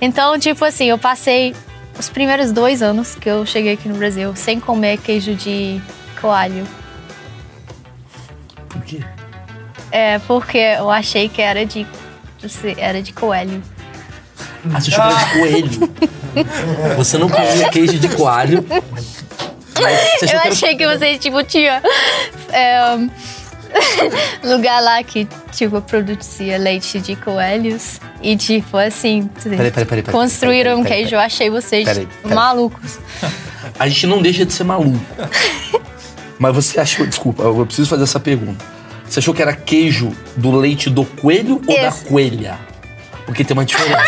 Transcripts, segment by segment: Então, tipo assim, eu passei os primeiros dois anos que eu cheguei aqui no Brasil sem comer queijo de coalho. Por quê? É, porque eu achei que era de. Era de coelho. Ah, você chamou de coelho. Você não comia queijo de coalho. Você Eu achou que era- achei que vocês, tipo, tinha é, um, lugar lá que, tipo, produzia leite de coelhos. E, tipo, assim, Peraí, peraí, peraí. peraí, construíram um peraí, peraí, queijo. Eu achei vocês Peraí, peraí. malucos. peraí. A gente não deixa de ser maluco. Mas você achou. Desculpa, eu preciso fazer essa pergunta. Você achou que era queijo do leite do coelho ou Esse. da coelha? Porque tem uma diferença.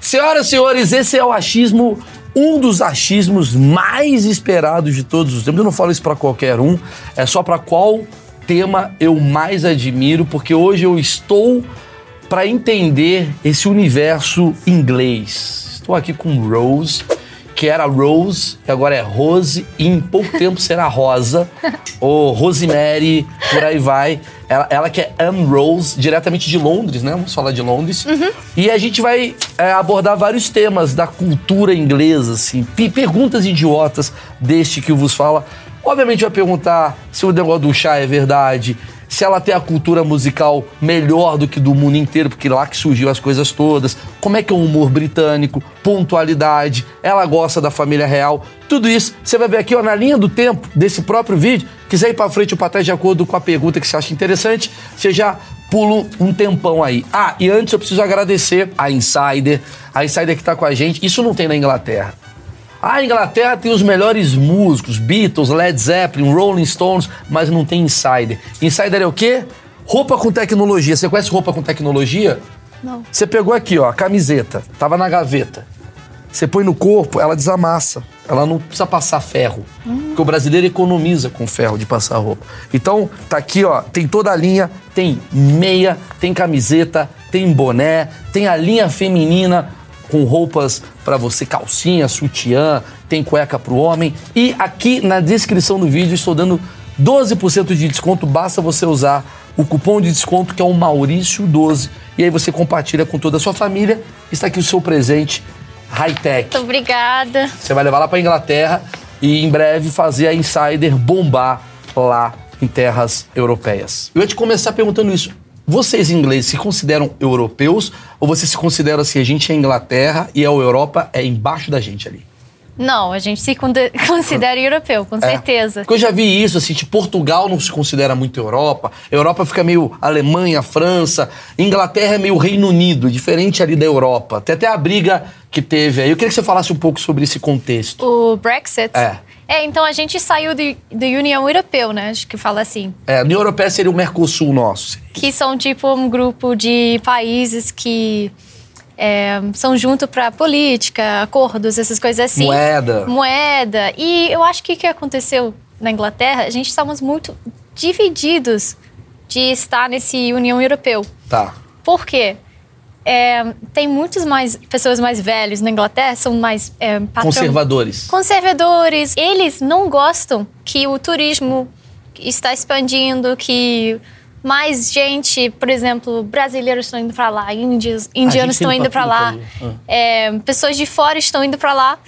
Senhoras e senhores, esse é o achismo, um dos achismos mais esperados de todos os tempos. Eu não falo isso pra qualquer um, é só pra qual tema eu mais admiro, porque hoje eu estou pra entender esse universo inglês. Estou aqui com Rose, que era Rose e agora é Rose e em pouco tempo será Rosa ou Rosemary, por aí vai. Ela, ela que é Anne Rose, diretamente de Londres, né? Vamos falar de Londres. E a gente vai é, abordar vários temas da cultura inglesa, assim, pe- perguntas idiotas deste que vos fala. Obviamente vai perguntar se o negócio do chá é verdade, se ela tem a cultura musical melhor do que do mundo inteiro, porque lá que surgiu as coisas todas, como é que é o humor britânico, pontualidade, ela gosta da família real, tudo isso você vai ver aqui ó, na linha do tempo desse próprio vídeo. Quiser ir pra frente ou pra trás de acordo com a pergunta que você acha interessante, você já pula um tempão aí. Ah, e antes eu preciso agradecer a Insider, a Insider que tá com a gente. Isso não tem na Inglaterra. A Inglaterra tem os melhores músicos, Beatles, Led Zeppelin, Rolling Stones, mas não tem insider. Insider é o quê? Roupa com tecnologia. Você conhece roupa com tecnologia? Não. Você pegou aqui, ó, a camiseta, tava na gaveta. Você põe no corpo, ela desamassa. Ela não precisa passar ferro. Porque o brasileiro economiza com ferro de passar roupa. Então, tá aqui, ó, tem toda a linha, tem meia, tem camiseta, tem boné, tem a linha feminina com roupas pra você, calcinha, sutiã, tem cueca pro homem. E aqui na descrição do vídeo estou dando 12% de desconto, basta você usar o cupom de desconto que é o Maurício12. E aí você compartilha com toda a sua família. Está aqui o seu presente high-tech. Muito obrigada. Você vai levar lá pra Inglaterra e em breve fazer a Insider bombar lá em terras europeias. Eu ia te começar perguntando isso. Vocês ingleses se consideram europeus ou vocês se consideram assim, a gente é Inglaterra e a Europa é embaixo da gente ali? Não, a gente se conde- considera europeu, com É. certeza. Porque eu já vi isso, assim, tipo, Portugal não se considera muito Europa. Europa fica meio Alemanha, França. Inglaterra é meio Reino Unido, diferente ali da Europa. Tem até a briga que teve aí. Eu queria que você falasse um pouco sobre esse contexto. O Brexit. É. É, então a gente saiu do, do União Europeu, né? Acho que fala assim. É, a União Europeia seria o Mercosul nosso. que são tipo um grupo de países que é, são junto para política, acordos, essas coisas assim. Moeda. Moeda. E eu acho que o que aconteceu na Inglaterra, a gente estávamos muito divididos de estar nesse União Europeu. Tá. Por quê? É, tem muitos mais pessoas mais velhas na Inglaterra, são mais é, patrão- Conservadores. conservadores. Eles não gostam que o turismo está expandindo, que mais gente, por exemplo, brasileiros estão indo para lá, índios, indianos tem estão indo para pra lá, tudo pra lá. é, pessoas de fora estão indo para lá.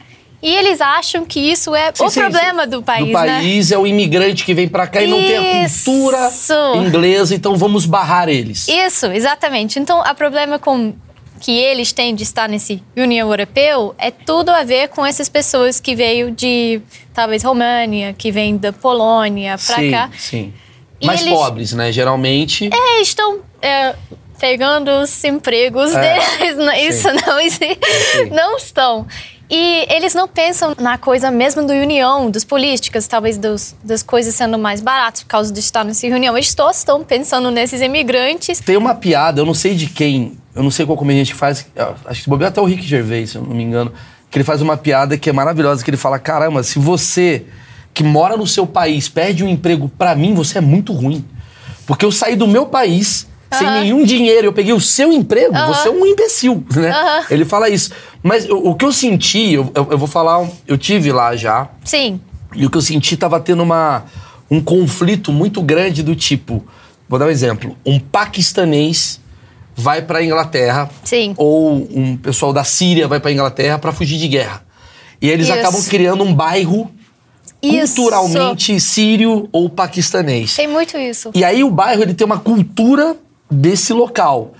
E eles acham que isso é Sim, o sim, problema sim. do país, Do né? país é o imigrante que vem pra cá e não tem a Isso. cultura inglesa, então vamos barrar eles. Isso, exatamente. Então, o problema com que eles têm de estar nesse União Europeu é tudo a ver com essas pessoas que veio de talvez România, que vem da Polônia para sim, cá. sim. E Mais eles- pobres, né? Geralmente. Eles estão é, pegando os empregos É, deles. não- Isso não existe. Não estão. E eles não pensam na coisa mesmo do união, dos políticas, talvez dos, das coisas sendo mais baratas por causa de estar nessa reunião. Eles todos estão pensando nesses imigrantes. Tem uma piada, eu não sei de quem, eu não sei qual comediante que faz, ah, acho que se bobear até o Rick Gervais, se eu não me engano, que ele faz uma piada que é maravilhosa, que ele fala, caramba, se você que mora no seu país perde um emprego pra mim, você é muito ruim. Porque eu saí do meu país sem nenhum dinheiro, eu peguei o seu emprego, você é um imbecil, né? Aham. Ele fala isso. Mas o, o que eu senti, eu, eu- eu vou falar, eu tive um, lá já, Sim. E o que eu senti estava tendo uma, um conflito muito grande do tipo, vou dar um exemplo, um paquistanês vai para a Inglaterra Sim. ou um pessoal da Síria vai para a Inglaterra para fugir de guerra. E eles Isso. acabam criando um bairro Isso. culturalmente sírio ou paquistanês. Tem muito isso. E aí o bairro ele tem uma cultura desse local.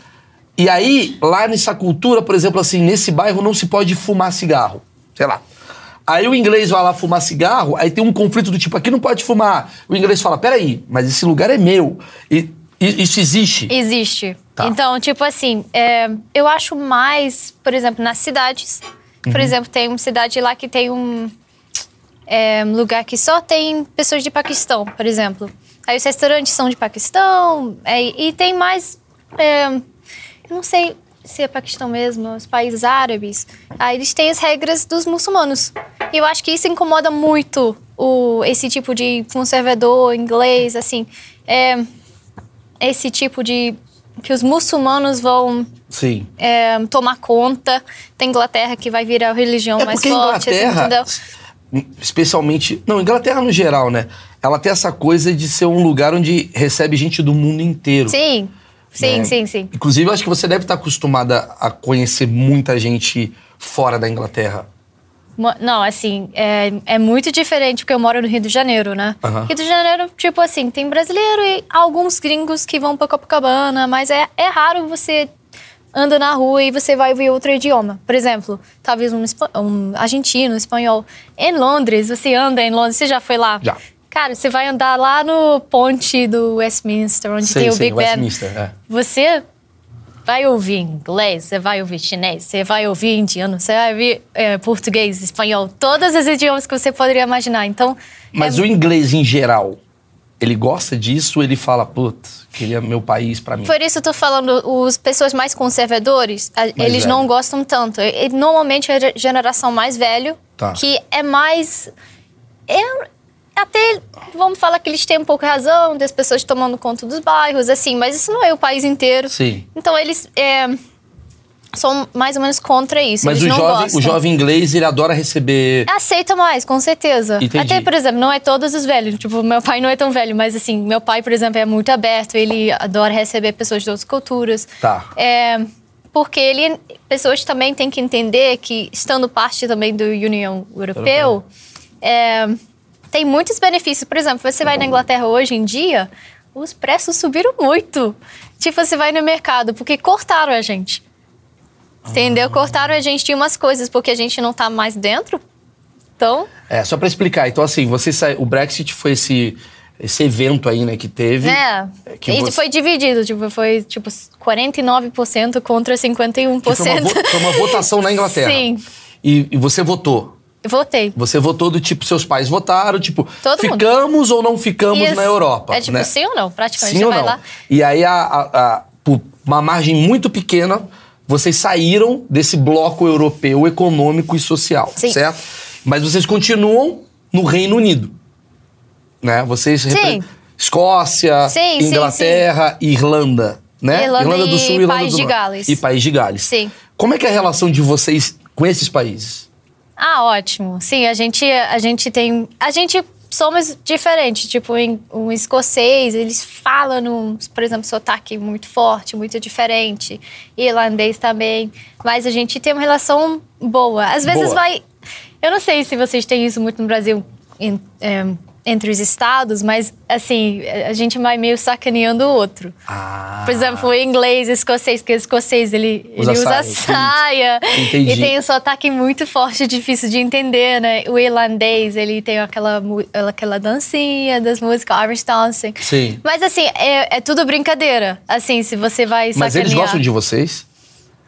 E aí, lá nessa cultura, por exemplo, assim, nesse bairro não se pode fumar cigarro. Sei lá. Aí o inglês vai lá fumar cigarro, aí tem um conflito do tipo, aqui não pode fumar. O inglês fala, peraí, mas esse lugar é meu. E, e- isso existe. Existe. Tá. Então, tipo assim, é, eu acho mais, por exemplo, nas cidades. Por exemplo, tem uma cidade lá que tem um, é, um lugar que só tem pessoas de Paquistão, por exemplo. Aí os restaurantes são de Paquistão, é, e tem mais. é, eu não sei se é Paquistão mesmo, os países árabes. Aí eles têm as regras dos muçulmanos. E eu acho que isso incomoda muito o, esse tipo de conservador inglês, assim. É, esse tipo de que os muçulmanos vão Sim. é, tomar conta da Inglaterra que vai virar a religião É mais porque a forte, assim, Inglaterra, entendeu? especialmente... Não, Inglaterra no geral, né? Ela tem essa coisa de ser um lugar onde recebe gente do mundo inteiro. Sim, sim, né? sim, sim. Inclusive, eu acho que você deve estar acostumada a conhecer muita gente fora da Inglaterra. Mo- Não, assim, é, é muito diferente porque eu moro no Rio de Janeiro, né? Aham. Rio de Janeiro, tipo assim, tem brasileiro e alguns gringos que vão pra Copacabana, mas é, é raro você anda na rua e você vai ouvir outro idioma. Por exemplo, talvez um, espa- um argentino, um espanhol. Em Londres, você anda em Londres, você já foi lá? Já. Cara, você vai andar lá no ponte do Westminster, onde Sei, tem o sei, Big Ben. Westminster, é. Você vai ouvir inglês, você vai ouvir chinês, você vai ouvir indiano, você vai ouvir eh, português, espanhol, todos os idiomas que você poderia imaginar. Então, Mas o inglês em geral, ele gosta disso? Ele fala, putz, queria meu país pra mim. por isso eu tô falando, os pessoas mais conservadores, a- eles velho. não gostam tanto. E, e normalmente é a ge- geração mais velha, Tá. que é mais... eu- até, vamos falar que eles têm um pouco razão, das pessoas tomando conta dos bairros, assim, mas isso não é o país inteiro. Sim. Então eles eh, são mais ou menos contra isso. Mas o eles não jovem, gostam. o jovem inglês, ele adora receber. Aceita mais, com certeza. Entendi. Até, por exemplo, não é todos os velhos. Tipo, meu pai não é tão velho, mas assim, meu pai, por exemplo, é muito aberto. Ele adora receber pessoas de outras culturas. Tá. É, porque ele... Pessoas também têm que entender que, estando parte também do União Europeu, Europeu. é, tem muitos benefícios. Por exemplo, você vai na Inglaterra hoje em dia, os preços subiram muito. Tipo, você vai no mercado, porque cortaram a gente. Entendeu? Ah. Cortaram a gente de umas coisas porque a gente não tá mais dentro. Então, É, só pra explicar. Então, assim, você sai... o Brexit foi esse, esse evento aí, né, que teve. né? É, que E você- foi dividido, tipo, foi tipo 49% contra 51%. que foi, uma, vo- foi uma votação na Inglaterra. Sim. E- e você votou. Votei. Você votou do tipo, seus pais votaram, tipo, Todo mundo. ficamos ou não ficamos Isso. na Europa. É tipo né? sim ou não, praticamente. Sim Você ou vai não? lá. E aí, a, a- a- por uma margem muito pequena, vocês saíram desse bloco europeu econômico e social, Sim. certo? Mas vocês continuam no Reino Unido, né? Vocês... repre- Escócia, Sim, sim, Inglaterra, Irlanda, né? Irlanda do Sul e Irlanda País do de Norte. Gales. E País de Gales. Sim. Como é que é a relação de vocês com esses países? Ah, ótimo. Sim, a gente, a gente tem. A gente somos diferente. Tipo, em- um escocês, eles falam, num, por exemplo, sotaque muito forte, muito diferente. Irlandês também. Mas a gente tem uma relação boa. Às vezes Boa. vai. Eu não sei se vocês têm isso muito no Brasil. em- em- entre os estados, mas assim, a gente vai meio sacaneando o outro. Ah. Por exemplo, o inglês, o escocês, porque o escocês ele ele Usa usa, saia, saia. Entendi. E tem um sotaque muito forte, difícil de entender, né? O irlandês, ele tem aquela, mu- aquela dancinha das músicas, Irish Dancing. Ah, Sim. Mas assim, é, é tudo brincadeira. Assim, se você vai Mas eles sacanear. gostam de vocês?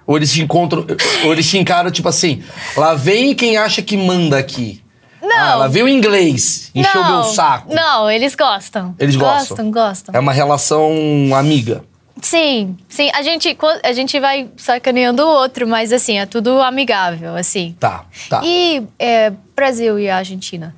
Ou eles te encontram, ou eles te encaram, tipo assim, lá vem quem acha que manda aqui. Não. Ah, lá vem o inglês, encheu não, meu saco. Não, eles gostam. Eles gostam. Gostam, gostam. É uma relação amiga. Sim, sim. A gente, co- a gente vai sacaneando o outro, mas assim, é tudo amigável, assim. Tá, tá. E é, Brasil e Argentina?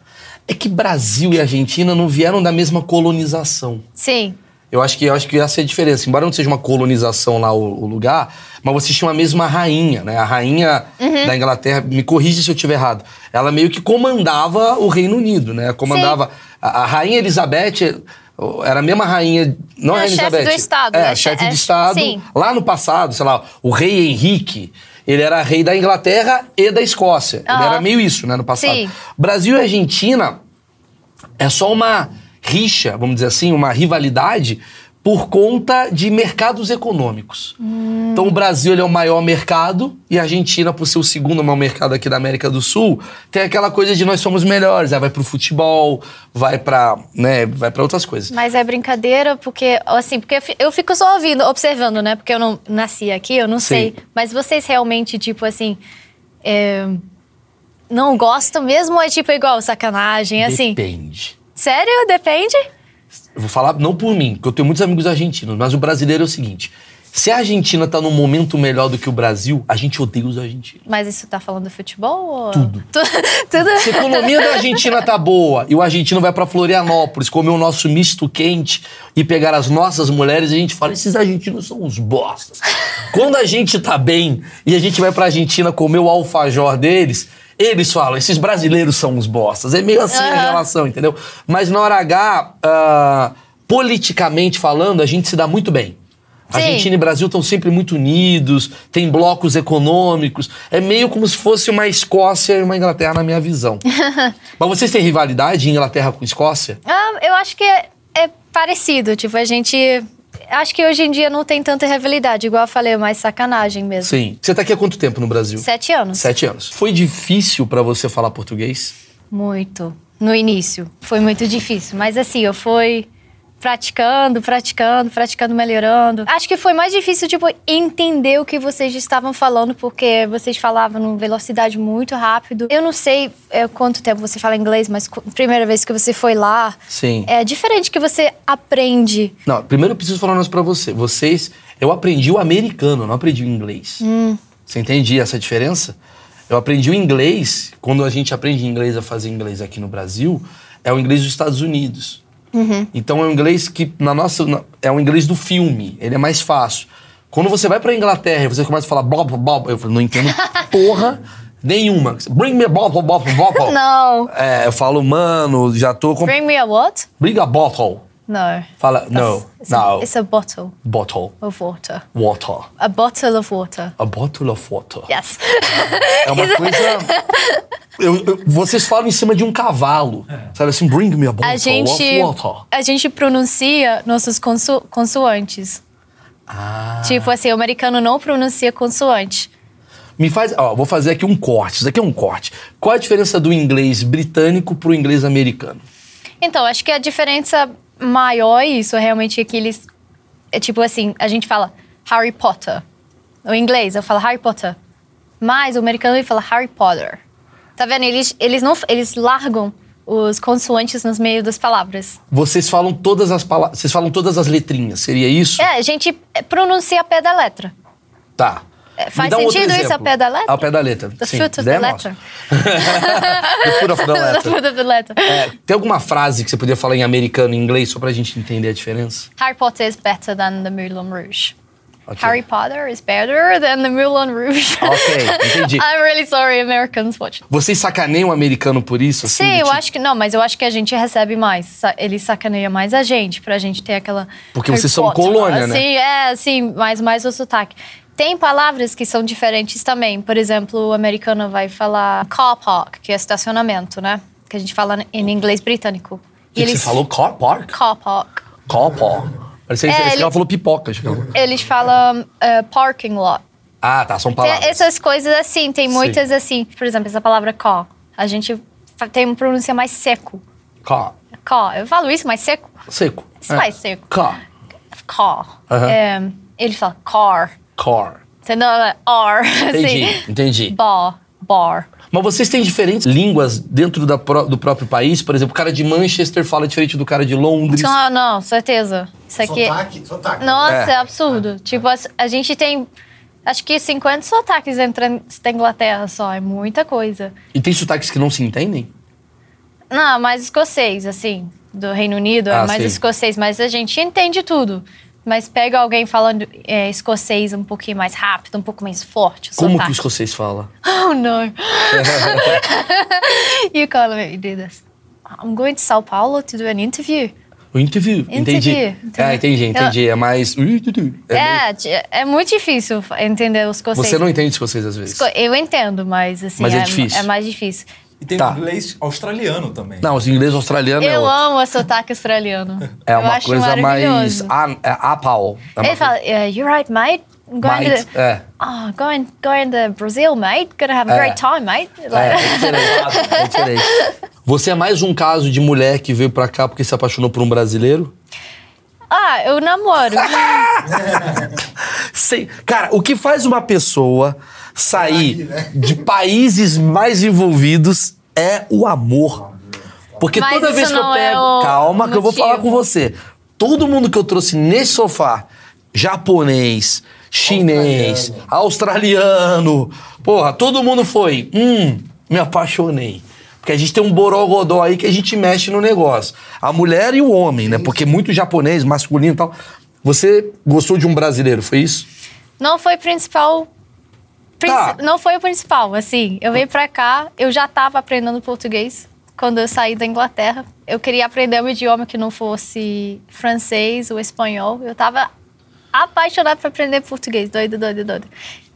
É que Brasil e Argentina não vieram da mesma colonização. Sim. Eu acho que eu acho que essa é a diferença. Embora não seja uma colonização lá o, o lugar, mas vocês tinham a mesma rainha, né? A rainha Uhum. da Inglaterra, me corrija se eu estiver errado. Ela meio que comandava o Reino Unido, né? Comandava a, a rainha Elizabeth era a mesma rainha, não É, a rainha chefe do Elizabeth. Estado, é, né? chefe É, de estado. sim. Lá no passado, sei lá, o rei Henrique, ele era rei da Inglaterra e da Escócia. Ele Aham. era meio isso, né, no passado. Sim. Brasil e Argentina é só uma rixa, vamos dizer assim, uma rivalidade por conta de mercados econômicos. Hum. Então o Brasil ele é o maior mercado e a Argentina, por ser o segundo maior mercado aqui da América do Sul, tem aquela coisa de nós somos melhores. Aí vai pro futebol, vai pra, né, vai para outras coisas. Mas é brincadeira, porque, assim, porque eu fi- eu fico só ouvindo, observando, né? Porque eu não nasci aqui, eu não Sim. sei. Mas vocês realmente, tipo assim. é, não gostam mesmo? ou É tipo igual sacanagem, assim. Depende. Sério? Depende? Eu vou falar não por mim, porque eu tenho muitos amigos argentinos, mas o brasileiro é o seguinte: se a Argentina tá num momento melhor do que o Brasil, a gente odeia os argentinos. Mas isso tá falando do futebol? Ou... Tudo. tudo. Se a economia da Argentina tá boa e o argentino vai pra Florianópolis comer o nosso misto quente e pegar as nossas mulheres, a gente fala: esses argentinos são uns bostas. Quando a gente tá bem e a gente vai pra Argentina comer o alfajor deles, eles falam: esses brasileiros são uns bostas. É meio assim a Aham. relação, entendeu? Mas na hora H, ah, politicamente falando, a gente se dá muito bem. Sim. Argentina e Brasil estão sempre muito unidos, tem blocos econômicos. É meio como se fosse uma Escócia e uma Inglaterra, na minha visão. Mas vocês têm rivalidade Inglaterra com Escócia? Ah, eu acho que é, é parecido. Tipo, a gente. Acho que hoje em dia não tem tanta rivalidade, igual eu falei, é mais sacanagem mesmo. Sim. Você tá aqui há quanto tempo no Brasil? Sete anos? Sete anos. Foi difícil pra você falar português? Muito. No início. Foi muito difícil. Mas assim, eu fui praticando, praticando, praticando, melhorando. Acho que foi mais difícil, tipo, entender o que vocês estavam falando, porque vocês falavam numa velocidade muito rápido. Eu não sei é, quanto tempo você fala inglês, mas co- primeira vez que você foi lá. Sim. É diferente que você aprende. Não, primeiro eu preciso falar um negócio pra você. Vocês, eu aprendi o americano, não aprendi o inglês. Hum. Você entende essa diferença? Eu aprendi o inglês, quando a gente aprende inglês a fazer inglês aqui no Brasil, é o inglês dos Estados Unidos. Uhum. Então é um inglês que, na nossa. na- é um inglês do filme, ele é mais fácil. Quando você vai pra Inglaterra e você começa a falar blá blá blá, eu falo, não entendo porra nenhuma. Bring me a bottle, bottle, bottle. Não. É, eu falo, mano, já tô com. Bring me a what? Bring a bottle. No. Fala, no, It's a- no, It's a bottle bottle. of water. water. A bottle of water. A bottle of water. Yes. É uma coisa. Eu- eu- vocês falam em cima de um cavalo. Sabe assim, bring me a bottle A gente, of water. a gente pronuncia nossos conso, consoantes. Ah. Tipo assim, o americano não pronuncia consoante. Me faz. Ó, vou fazer aqui um corte. Isso daqui é um corte. Qual a diferença do inglês britânico pro inglês americano? Então, acho que a diferença maior é isso, realmente, é que eles. É tipo assim, a gente fala Harry Potter. O inglês, eu falo Harry Potter. Mas o americano ele fala Harry Potter. Tá vendo? Eles, eles, não, eles largam os consoantes nos meio das palavras. Vocês falam todas as palavras. Vocês falam todas as letrinhas, seria isso? É, a gente eh, pronuncia a pé da letra. Tá. É, Me faz dá um outro sentido isso, exemplo. ao pé da letra? Ao pé da letra. The sim. fruit of Ideia the nossa. letter. The fruit of the letter. da letra. É, tem alguma frase que você podia falar em americano e inglês só pra gente entender a diferença? Harry Potter is better than the Moulin Rouge. Ok. Harry Potter is better than the Moulin Rouge. Ok, entendi. I'm really sorry, Americans watch. Vocês sacaneiam o americano por isso? Assim, Sim, do eu tipo- acho que não, mas eu acho que a gente recebe mais. Sa- Ele sacaneia mais a gente, pra gente ter aquela. Porque Harry vocês são Potter, colônia, né? Sim, é, assim, mais, mais o sotaque. Tem palavras que são diferentes também. Por exemplo, o americano vai falar car park, que é estacionamento, né? Que a gente fala em inglês britânico. O que, que Tipo, você falou? Car park? Car park. Car park. Parecia que É, esse ele- cara falou pipoca. acho que ela- Eles falam eh, parking lot. Ah, tá, são Tem palavras. essas coisas assim, tem muitas assim. Por exemplo, essa palavra có. A gente fa- tem uma pronúncia mais seco. Car. Có. Eu falo isso mais seco? Seco. É. Isso faz é seco. Car. Có. Aham. É, ele fala car. Car. Entendeu? É Or. Entendi, Assim. entendi. Bó. Bar. Mas vocês têm diferentes línguas dentro da pró- do próprio país? Por exemplo, o cara de Manchester fala diferente do cara de Londres. Não, não, certeza. Isso aqui. é Sotaque, sotaque. Nossa, É. é, absurdo. Tipo, as- a, gente tem. Acho que 50 sotaques entre da Inglaterra só. É muita coisa. E tem sotaques que não se entendem? Não, mais escocês, assim. do Reino Unido, Ah, é mais sei. escocês, mas a gente entende tudo. Mas pega alguém falando é, escocês um pouquinho mais rápido, um pouco mais forte. o Como que sotaque. o escocês fala? Oh no. you can't let me do this. I'm going to Sao Paulo to do an interview. O interview. Entendi. Interview. Ah, entendi, entendi. É mais. Ui, tu, tu. É meio- É, ti- é, muito difícil fa- entender os conceitos. Você não entende escocês às vezes. Co- Eu entendo, mas assim, Mas é é, difícil. é mais difícil. E tem Tá. inglês australiano também. Não, os inglês australiano é eu outro. amo o sotaque australiano. É Eu uma acho coisa mais. maravilhoso. a- é Apau. É uma Ele fala, "Yeah, uh, you're right, mate. I'm coisa- Going Might, to the, É. oh, going, going to Brazil, mate. Gonna have a É. great time, mate. É, Like- é diferente. é diferente. Você é mais um caso de mulher que veio pra cá porque se apaixonou por um brasileiro? Ah, eu namoro. Sei. Cara, o que faz uma pessoa sair Aí, né? de países mais envolvidos é o amor. Porque Mas toda isso vez que eu não é pego. o Calma, que eu vou motivo. falar com você. Todo mundo que eu trouxe nesse sofá, japonês, chinês, australiano, porra, todo mundo foi. Hum, me apaixonei. Porque a gente tem um borogodó aí que a gente mexe no negócio. A mulher e o homem, né? Porque muito japonês, masculino e tal. Você gostou de um brasileiro, foi isso? Não foi principal. princ- Tá. Não foi o principal, assim. Eu vim pra cá, eu já tava aprendendo português quando eu saí da Inglaterra. Eu queria aprender um idioma que não fosse francês ou espanhol. Eu tava apaixonada pra aprender português. Doido, doido, doido.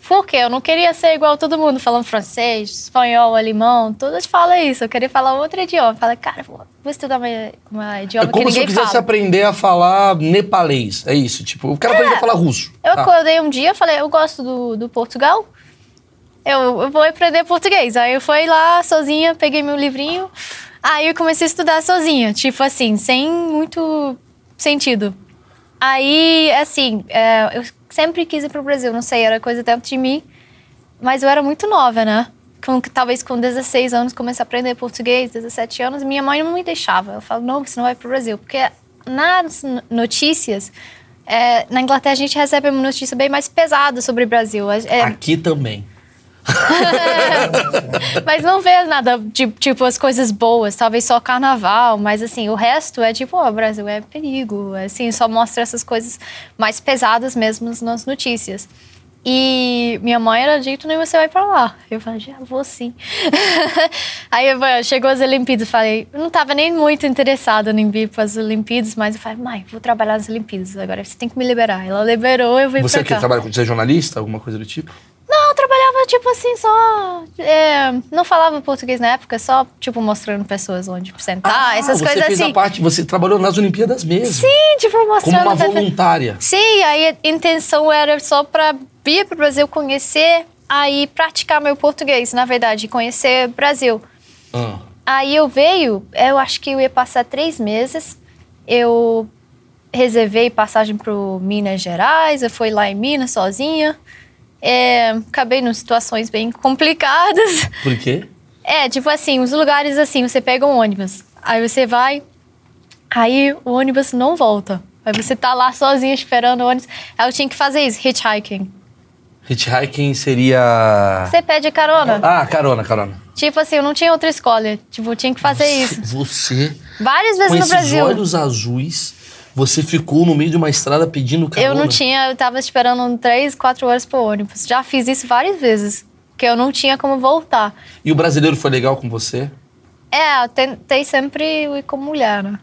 Por quê? Eu não queria ser igual todo mundo, falando francês, espanhol, alemão. Todas falam isso. Eu queria falar outro idioma. Fala, cara, vou vou estudar uma, uma É idioma que como se eu ninguém quisesse fala. aprender a falar nepalês. É isso, tipo, eu quero aprender a falar russo. Eu Tá. acordei um dia, falei, eu gosto do, do Portugal, eu, eu vou aprender português. Aí eu fui lá sozinha, peguei meu livrinho, aí eu comecei a estudar sozinha, tipo assim, sem muito sentido. Aí, assim, é, eu sempre quis ir pro Brasil, não sei, era coisa dentro de mim, mas eu era muito nova, né? Com, talvez com 16 anos comecei a aprender português, 17 anos, minha mãe não me deixava. Eu falo, não, você não vai pro Brasil. Porque nas no- notícias, é, na Inglaterra a gente recebe uma notícia bem mais pesada sobre o Brasil. É- é- Aqui também. mas não vê nada de, tipo, as coisas boas, talvez só carnaval, mas assim, o resto é tipo, ó, Brasil é perigo, assim, só mostra essas coisas mais pesadas mesmo nas notícias. E minha mãe era de jeito nenhum, você vai pra lá. Eu falei, já vou sim. Aí eu, falei, chegou as Olimpíadas, eu falei, eu não tava nem muito interessada em vir para as Olimpíadas, mas eu falei, mãe, vou trabalhar nas Olimpíadas agora, você tem que me liberar. Ela liberou, eu vim Você pra que cá. trabalha com você é jornalista, alguma coisa do tipo? Não, eu trabalhava, tipo assim, só. é, não falava português na época, só, tipo, mostrando pessoas onde sentar, essas Ah, você coisas fez assim. a parte, você trabalhou nas Olimpíadas mesmo. Sim, tipo, Como mostrando. uma pe- voluntária. Sim, aí a intenção era só pra vir pro Brasil conhecer, aí praticar meu português, na verdade, conhecer o Brasil. Ah. Aí eu veio, eu acho que eu ia passar três meses. Eu reservei passagem pro Minas Gerais, eu fui lá em Minas sozinha. É, acabei em situações bem complicadas. Por quê? É, tipo assim, os lugares assim, você pega um ônibus, aí você vai, aí o ônibus não volta. Aí você tá lá sozinha esperando o ônibus. Aí eu tinha que fazer isso, hitchhiking. Hitchhiking seria. Você pede carona. Ah, carona, carona. Tipo assim, eu não tinha outra escolha. Tipo, eu tinha que fazer isso. Você, Várias com vezes no esses Brasil. olhos azuis, você ficou no meio de uma estrada pedindo carona. Eu não tinha, eu tava esperando três, quatro horas pro ônibus. Já fiz isso várias vezes, porque eu não tinha como voltar. E o brasileiro foi legal com você? É, eu tentei sempre ir com mulher, né?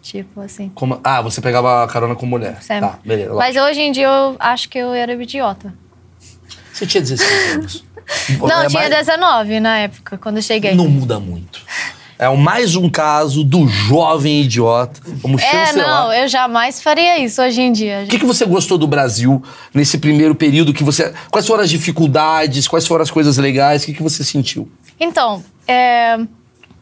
Tipo assim. Como... Ah, você pegava carona com mulher. sempre. Tá, beleza. lá. Mas hoje em dia eu acho que eu era idiota. Você tinha 16 anos. Não, É eu tinha mais- 19 na época, quando eu cheguei. Não muda muito. É o mais um caso do jovem idiota. Vamos é, chancelar. não, eu jamais faria isso hoje em dia. O que, que você gostou do Brasil nesse primeiro período que você. Quais foram as dificuldades? Quais foram as coisas legais? O que, que você sentiu? Então, é,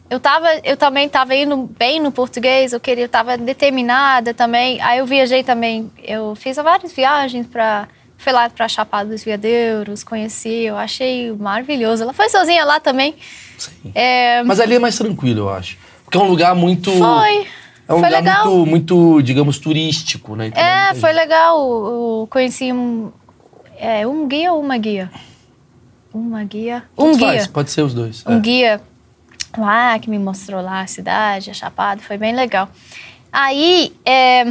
eu, tava, eu também estava indo bem no português, eu queria, eu tava determinada também. Aí eu viajei também, eu fiz várias viagens para fui lá para Chapada dos Veadeiros, conheci, eu achei maravilhoso. Ela foi sozinha lá também. É, Mas ali é mais tranquilo, eu acho. Porque é um lugar muito. Foi. É um Foi lugar legal. muito, muito, digamos, turístico, né? Então, é, muita foi gente. legal. Eu conheci um, é, um guia ou uma guia? Uma guia? Um Tanto guia. Faz, pode ser os dois. um é. guia lá, que me mostrou lá a cidade, a Chapada, foi bem legal. Aí, é,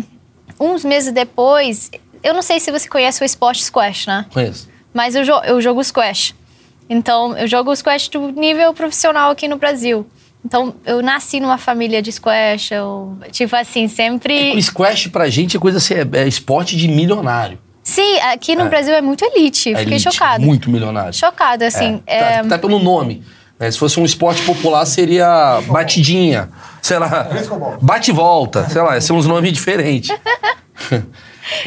uns meses depois, eu não sei se você conhece o esporte squash, né? Conheço. Mas eu, jo- eu jogo squash. Então, eu jogo squash do nível profissional aqui no Brasil. Então, eu nasci numa família de squash, eu, tipo assim, sempre... O squash pra gente é coisa assim, é, é esporte de milionário. Sim, aqui no É. Brasil é muito elite, É fiquei elite, chocada. Muito milionário. Chocada, assim. É, tá- é, Até pelo nome. né? Se fosse um esporte popular, seria batidinha. Sei lá. Frescobol. Bate e volta. Sei lá, são uns nomes diferentes.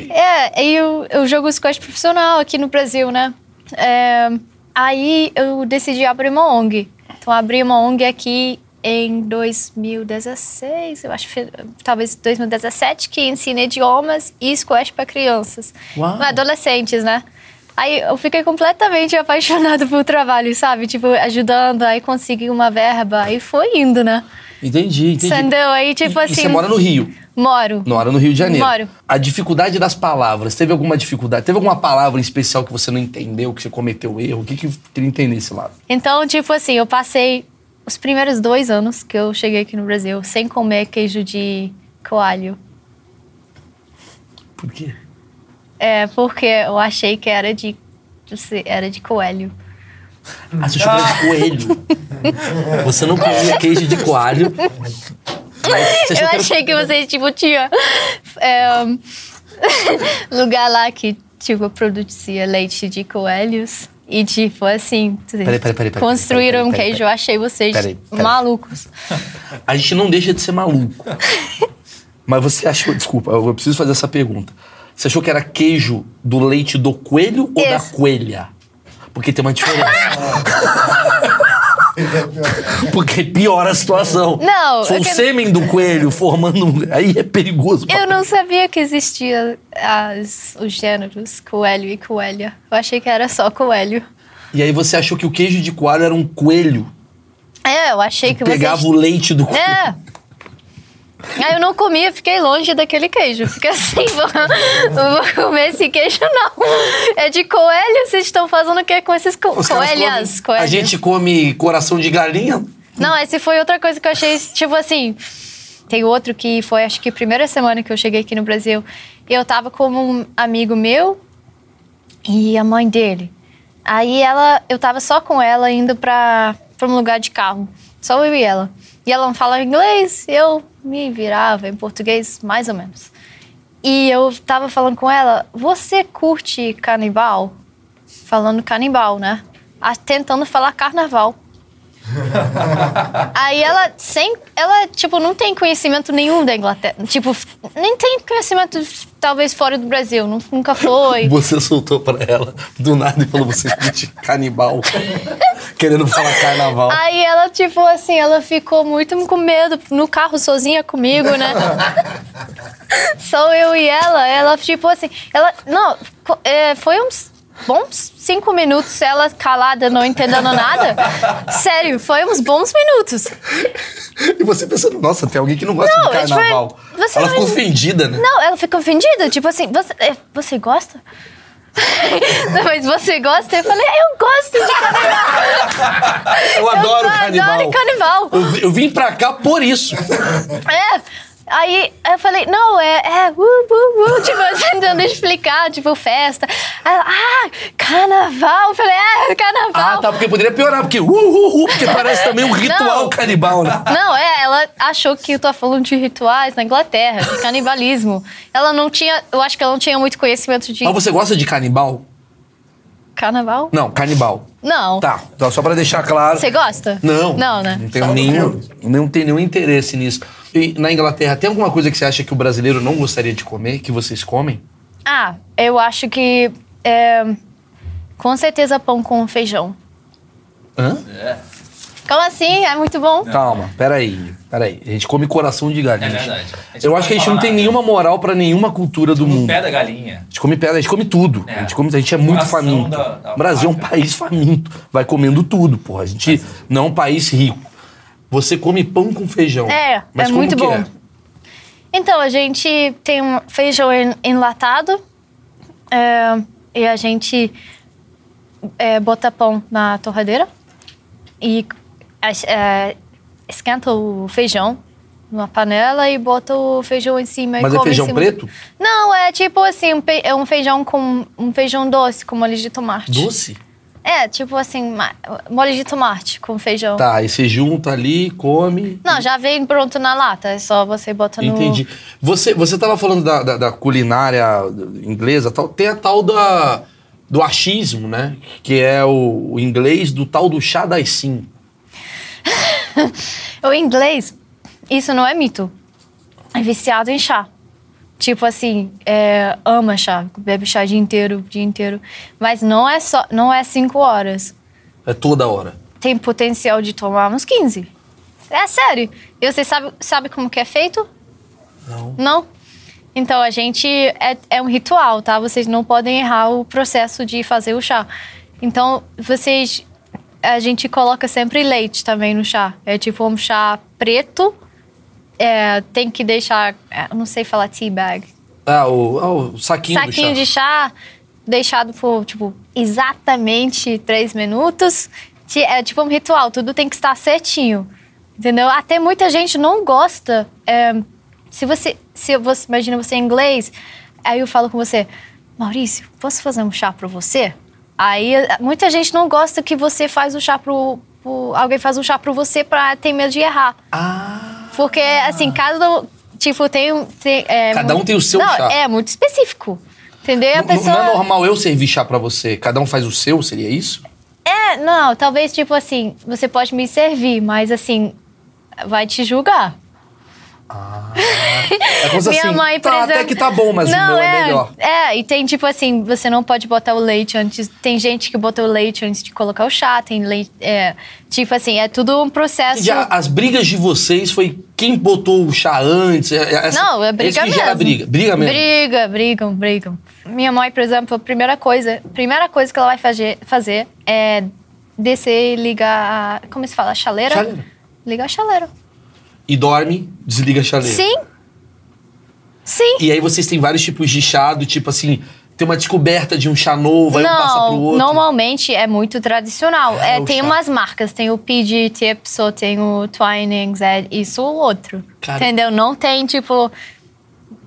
É, eu, eu jogo squash profissional aqui no Brasil, né? É, aí eu decidi abrir uma ONG. Então, abri uma ONG aqui em 2016, eu acho que talvez 2017, que ensina idiomas e squash para crianças. Uau. Adolescentes, né? Aí eu fiquei completamente apaixonada pelo trabalho, sabe? Tipo, ajudando, aí consegui uma verba, aí foi indo, né? Entendi, entendi. Entendeu? Aí, tipo E- e assim. você mora no Rio. Moro. Mora no Rio de Janeiro. Moro. A dificuldade das palavras. Teve alguma dificuldade? Teve alguma palavra em especial que você não entendeu, que você cometeu erro? O que que tem que entender esse lado? Então, tipo assim, eu passei os primeiros dois anos que eu cheguei aqui no Brasil sem comer queijo de coalho. Por quê? É, porque eu achei que era de, de se- era de coelho. Ah, você chama de coelho. Você não comia queijo de coalho. Mas você Eu achou que era- achei que vocês, tipo, tinha é, um, lugar lá que, tipo, produzia leite de coelhos. E, tipo, assim, peraí, peraí, peraí, peraí, construíram um peraí, peraí, queijo. Eu achei vocês Peraí, peraí. malucos. A gente não deixa de ser maluco. Mas você achou. Desculpa, eu preciso fazer essa pergunta. Você achou que era queijo do leite do coelho ou da Esse. coelha? Porque tem uma diferença. É Porque piora a situação. Não, é Se eu o quero- sêmen do coelho formando um. Aí é perigoso. pra- Eu não sabia que existia as, os gêneros coelho e coelha. Eu achei que era só coelho. E aí você achou que o queijo de coalho era um coelho. É, eu achei que Pegava o vocês... leite do coelho. É. Aí eu não comia, fiquei longe daquele queijo. Fiquei assim, vou, não vou comer esse queijo não. É de coelho, vocês estão fazendo o que com esses co Os caras coelhas? comem- A Coelhos. gente come coração de galinha. Não, esse foi outra coisa que eu achei, tipo assim. Tem outro que foi, acho que a primeira semana que eu cheguei aqui no Brasil. e Eu tava com um amigo meu e a mãe dele. Aí ela, eu tava só com ela indo pra, pra um lugar de carro. Só eu e ela. E ela não falava inglês, eu me virava em português, mais ou menos. E eu tava falando com ela, você curte canibal? Falando canibal, né? Ah, Tentando falar carnaval. Aí ela sem, ela tipo não tem conhecimento nenhum da Inglaterra, tipo f- nem tem conhecimento talvez fora do Brasil, nu- nunca foi. Você soltou pra ela do nada e falou: você curte canibal. Querendo falar carnaval. Aí ela tipo assim, ela ficou muito com medo no carro sozinha comigo, né? Só eu e ela, ela tipo assim, ela não co- é, foi uns bons cinco minutos ela calada, não entendendo nada. Sério, foi uns bons minutos. E você pensando: nossa, tem alguém que não gosta Não, de carnaval. tipo, você ela não- ficou ofendida, né? Não, ela fica ofendida. Tipo assim, você, é, você gosta? Não, Mas você gosta? Eu falei, eu gosto de canibal. eu adoro eu canibal. adoro canibal. Eu, vi- eu vim pra cá por isso. É. Aí eu falei, não, é, é, uh, uh, uh, tipo, assim, tentando explicar, tipo, festa. Aí Ela, ah, carnaval. Eu falei, é, carnaval. Ah, tá, porque poderia piorar, porque uh, uh, uh, porque parece também um ritual Não. canibal, né? Não, é, ela achou que eu tava falando de rituais na Inglaterra, de canibalismo. Ela não tinha, eu acho que ela não tinha muito conhecimento de Mas você gosta de canibal? carnaval. Não, canibal. Não. Tá, então só pra deixar claro. Você gosta? Não. Não, né? Não um tenho nenhum, não tenho nenhum interesse nisso. E na Inglaterra, tem alguma coisa que você acha que o brasileiro não gostaria de comer, que vocês comem? Ah, eu acho que é, com certeza pão com feijão. Hã? É, Como assim? É muito bom. Calma, peraí, peraí. A gente come coração de galinha. É verdade. A gente Eu não acho que a gente pode não falar né? tem nada. nenhuma moral pra nenhuma cultura do no mundo. pé da galinha. A gente come pedra, a gente come tudo. É. A, gente come, a gente é muito Coração faminto. da- da o Brasil é um vaca. país faminto. Vai comendo tudo, porra. A gente não é um país rico. Você come pão com feijão. É, Mas é como muito que bom. é? Então, a gente tem um feijão en- enlatado é, e a gente é, bota pão na torradeira e a- é, esquenta o feijão numa panela e bota o feijão em cima Mas e é come feijão em cima. preto? Não, é tipo assim, um pe- é um feijão com um feijão doce com molho de tomate. Doce? É, tipo assim, ma- molho de tomate com feijão. Tá, aí você junta ali, come. Não, já vem pronto na lata, é só você bota no... Entendi. Você, você tava falando da, da- da culinária inglesa tal. Tem a tal da, do achismo, né? Que é o, o inglês do tal do chá das sim. O inglês, isso não é mito. É viciado em chá. Tipo assim, é, ama chá, bebe chá o dia inteiro, o dia inteiro. Mas não é só, não é cinco horas. É toda hora. Tem potencial de tomar uns 15. É sério. E você sabe, sabe como que é feito? Não. Não? Então a gente é, é um ritual, tá? Vocês não podem errar o processo de fazer o chá. Então vocês a gente coloca sempre leite também no chá. É tipo um chá preto. É, tem que deixar, é, eu não sei falar tea bag. Ah, o, ah, o saquinho, Saquinho do de chá. chá deixado por tipo exatamente três minutos. Ti- É tipo um ritual, tudo tem que estar certinho. Entendeu? Até muita gente não gosta. é, se você, se você imagina você em inglês, aí eu falo com você, Maurício, posso fazer um chá pra você? Aí eh, muita gente não gosta que você faz o chá pro, pro alguém faz um chá pra você para tem medo de errar. Ah, Porque, assim, cada. Tipo, tem um. tem, é, Cada um muito- tem o seu não, chá. É muito específico. Entendeu? E a não, não pessoa. é normal eu servir chá pra você. Cada um faz o seu, seria isso? É, não, talvez, tipo assim, você pode me servir, mas assim, vai te julgar. É como se Minha assim, mãe, por tá, até exemplo- que tá bom, mas o meu é, melhor. É, e tem tipo assim, você não pode botar o leite antes. Tem gente que botou o leite antes de colocar o chá, tem leite. É, tipo assim, é tudo um processo. Já, as brigas de vocês foi quem botou o chá antes? é- é- Essa, Não, é briga esse que mesmo. gera briga. Briga mesmo. Briga, brigam, brigam. Minha mãe, por exemplo, a primeira coisa, primeira coisa que ela vai fazer, fazer é descer e ligar a, como se fala, a chaleira? Chaleira. Ligar a chaleira. E dorme, desliga a chaleira. Sim. Sim. E aí vocês têm vários tipos de chá, do tipo assim, tem uma descoberta de um chá novo, aí um passa pro Não, outro. normalmente é muito tradicional. É, É, o tem chá. umas marcas, tem o PG Tips ou tem o Twinings, é isso ou outro. Cara. Entendeu? Não tem, tipo.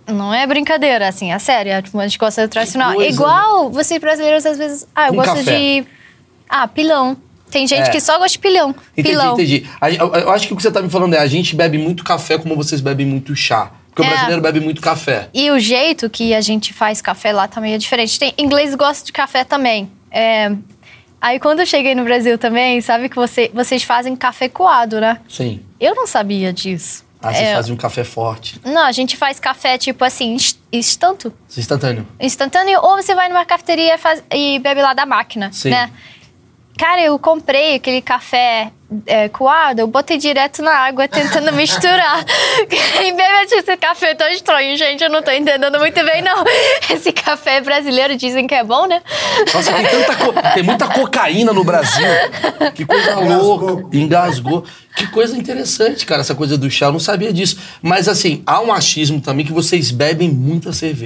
Não é brincadeira, assim, é sério. é, tipo, A gente gosta do tradicional. coisa, Igual vocês brasileiros, às vezes. Ah, eu Com gosto café. de. Ah, pilão. Tem gente É. que só gosta de pilão. Entendi, pilão. entendi. A- Eu, eu acho que o que você tá me falando é, a gente bebe muito café como vocês bebem muito chá. Porque o É. brasileiro bebe muito café. E o jeito que a gente faz café lá também é diferente. Tem, inglês gosta de café também. É, aí quando eu cheguei no Brasil também, sabe que você- vocês fazem café coado, né? Sim. Eu não sabia disso. Ah, vocês É, fazem um café forte. Não, a gente faz café tipo assim, inst- instanto, Vocês instantâneo. instantâneo, ou você vai numa cafeteria e faz- e bebe lá da máquina, Sim. né? Cara, eu comprei aquele café é, coado, eu botei direto na água tentando misturar. Quem bebe esse café é tão estranho, gente, eu não tô entendendo muito bem, não. Esse café brasileiro dizem que é bom, né? Nossa, tem tanta co- tem muita cocaína no Brasil. Que coisa Engasgou. louca. Engasgou. Que coisa interessante, cara, essa coisa do chá. Eu não sabia disso. Mas assim, há um achismo também que vocês bebem muita cerveja.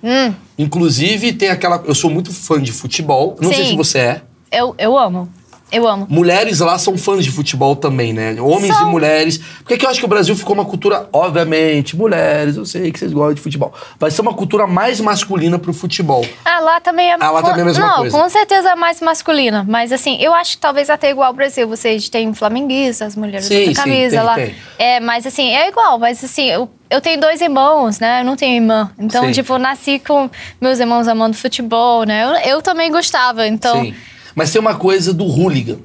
Hum. Inclusive, tem aquela. Eu sou muito fã de futebol. Não sei Sim. se você é. Eu, eu amo, eu amo. Mulheres lá são fãs de futebol também, né? Homens São. e mulheres. Porque que eu acho que o Brasil ficou uma cultura, obviamente, mulheres, eu sei que vocês gostam de futebol. Vai ser uma cultura mais masculina pro futebol. Ah, lá também é... Ah, lá com- também é a mesma não, coisa. com certeza é mais masculina. Mas assim, eu acho que talvez até igual ao Brasil. Vocês têm flamenguistas, mulheres Sim, com sim, camisa tem, lá. tem. É, mas assim, é igual. Mas assim, eu, eu tenho dois irmãos, né? Eu não tenho irmã. Então, Sim. tipo, eu nasci com meus irmãos amando futebol, né? Eu, eu também gostava, então... Sim. Mas tem uma coisa do hooligan.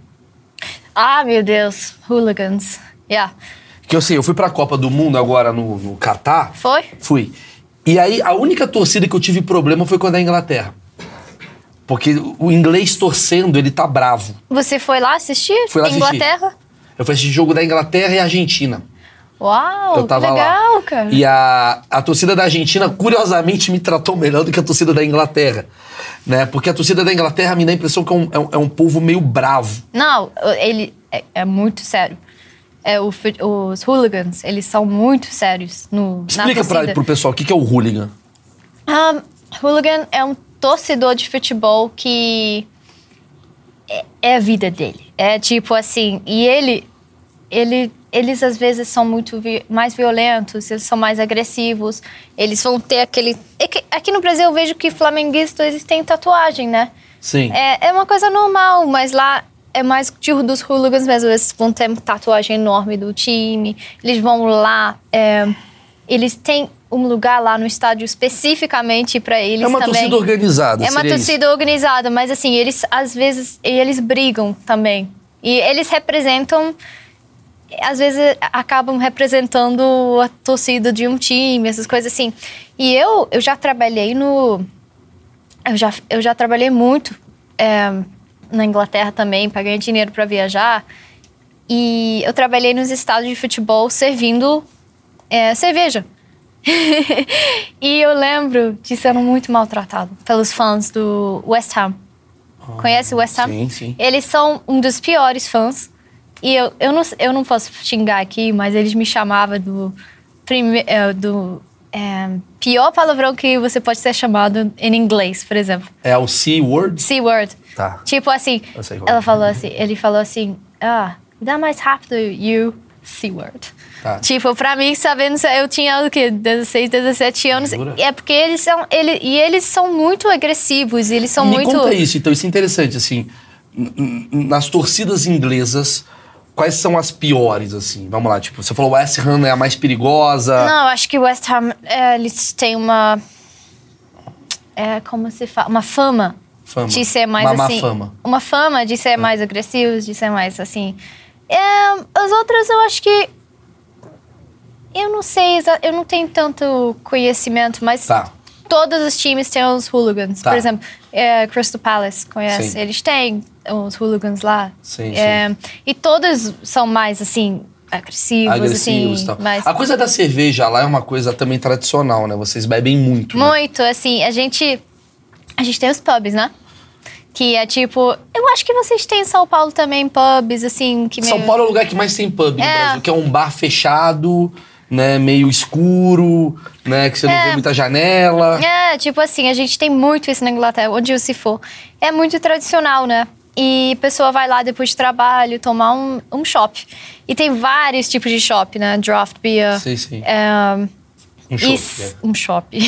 Ah, meu Deus. Hooligans. Yeah. Que eu sei, eu fui pra Copa do Mundo agora no, no Catar. Foi? Fui. E aí, a única torcida que eu tive problema foi quando é a Inglaterra. Porque o inglês torcendo, ele tá bravo. Você foi lá assistir? Fui lá assistir. Inglaterra? Eu fui assistir jogo da Inglaterra e Argentina. Uau, Eu tava Oh, que legal, lá. cara. E a, a torcida da Argentina, curiosamente, me tratou melhor do que a torcida da Inglaterra. Né? Porque a torcida da Inglaterra me dá a impressão que é um, é um, é um povo meio bravo. Não, ele é, é muito sério. É, o fu- os hooligans, eles são muito sérios no, na Explica pra, torcida. pro pessoal o que, que é o hooligan. Ah, hooligan é um torcedor de futebol que é, é a vida dele. É tipo assim, e ele ele eles às vezes são muito vi- mais violentos, eles são mais agressivos, eles vão ter aquele. é que- Aqui no Brasil eu vejo que flamenguistas eles têm tatuagem, né? Sim. É, é uma coisa normal, mas lá é mais tipo dos hooligans mesmo. Eles vão ter tatuagem enorme do time, eles vão lá. é, eles têm um lugar lá no estádio especificamente para eles É uma também. torcida organizada. É uma seria isso? torcida organizada, mas assim, eles às vezes e eles brigam também. E eles representam às vezes acabam representando a torcida de um time, essas coisas assim. E eu, eu já trabalhei no eu já, eu já trabalhei muito é, na Inglaterra também, para ganhar dinheiro para viajar. E eu trabalhei nos estádios de futebol servindo é, cerveja. e eu lembro de sendo muito maltratado pelos fãs do West Ham. Conhece o West Ham? Sim, sim. Eles são um dos piores fãs. E eu, eu, não, eu não posso xingar aqui, mas eles me chamavam do, prime, eh, do eh, pior palavrão que você pode ser chamado em inglês, por exemplo. É o C-Word? C word. Tá. Tipo assim, Eu sei qual ela é. falou assim, ele falou assim, ah, dá mais rápido, you C word. Tá. Tipo, pra mim, sabendo, se- eu tinha o quê? 16, 17 anos. Jura? É porque eles são. Ele, e eles são muito agressivos, eles são Me muito. conta isso, então, isso é interessante, assim, n- n- nas torcidas inglesas, quais são as piores, assim? Vamos lá, tipo, você falou West Ham é a mais perigosa. Não, eu acho que o West Ham, é, eles têm uma... É, como se fala? Uma fama. Fama. De ser mais Uma má assim... fama. Ah. Uma fama de ser mais agressivos, de ser mais assim... É, as outras eu acho que... Eu não sei, exa- eu não tenho tanto conhecimento, mas Tá. todos os times têm os hooligans. Tá. Por exemplo, é, Crystal Palace, conhece? Sim. Eles têm os hooligans lá. Sim, É, E todos são mais, assim, agressivos, Agressivos assim. e tal. mais- A coisa da cerveja lá é uma coisa também tradicional, né? Vocês bebem muito. né? Muito, assim, a gente. A gente tem os pubs, né? Que é tipo. Eu acho que vocês têm em São Paulo também pubs, assim, que meio. São Paulo é o lugar que mais tem pub no É. Brasil, que é um bar fechado, né? Meio escuro, né? Que você não É. vê muita janela. É, tipo assim, a gente tem muito isso na Inglaterra, onde se for. É muito tradicional, né? E a pessoa vai lá depois de trabalho tomar um, um chopp. E tem vários tipos de chopp, né? Draft beer. Sei, sei. é, Um show. Isso, um shopping.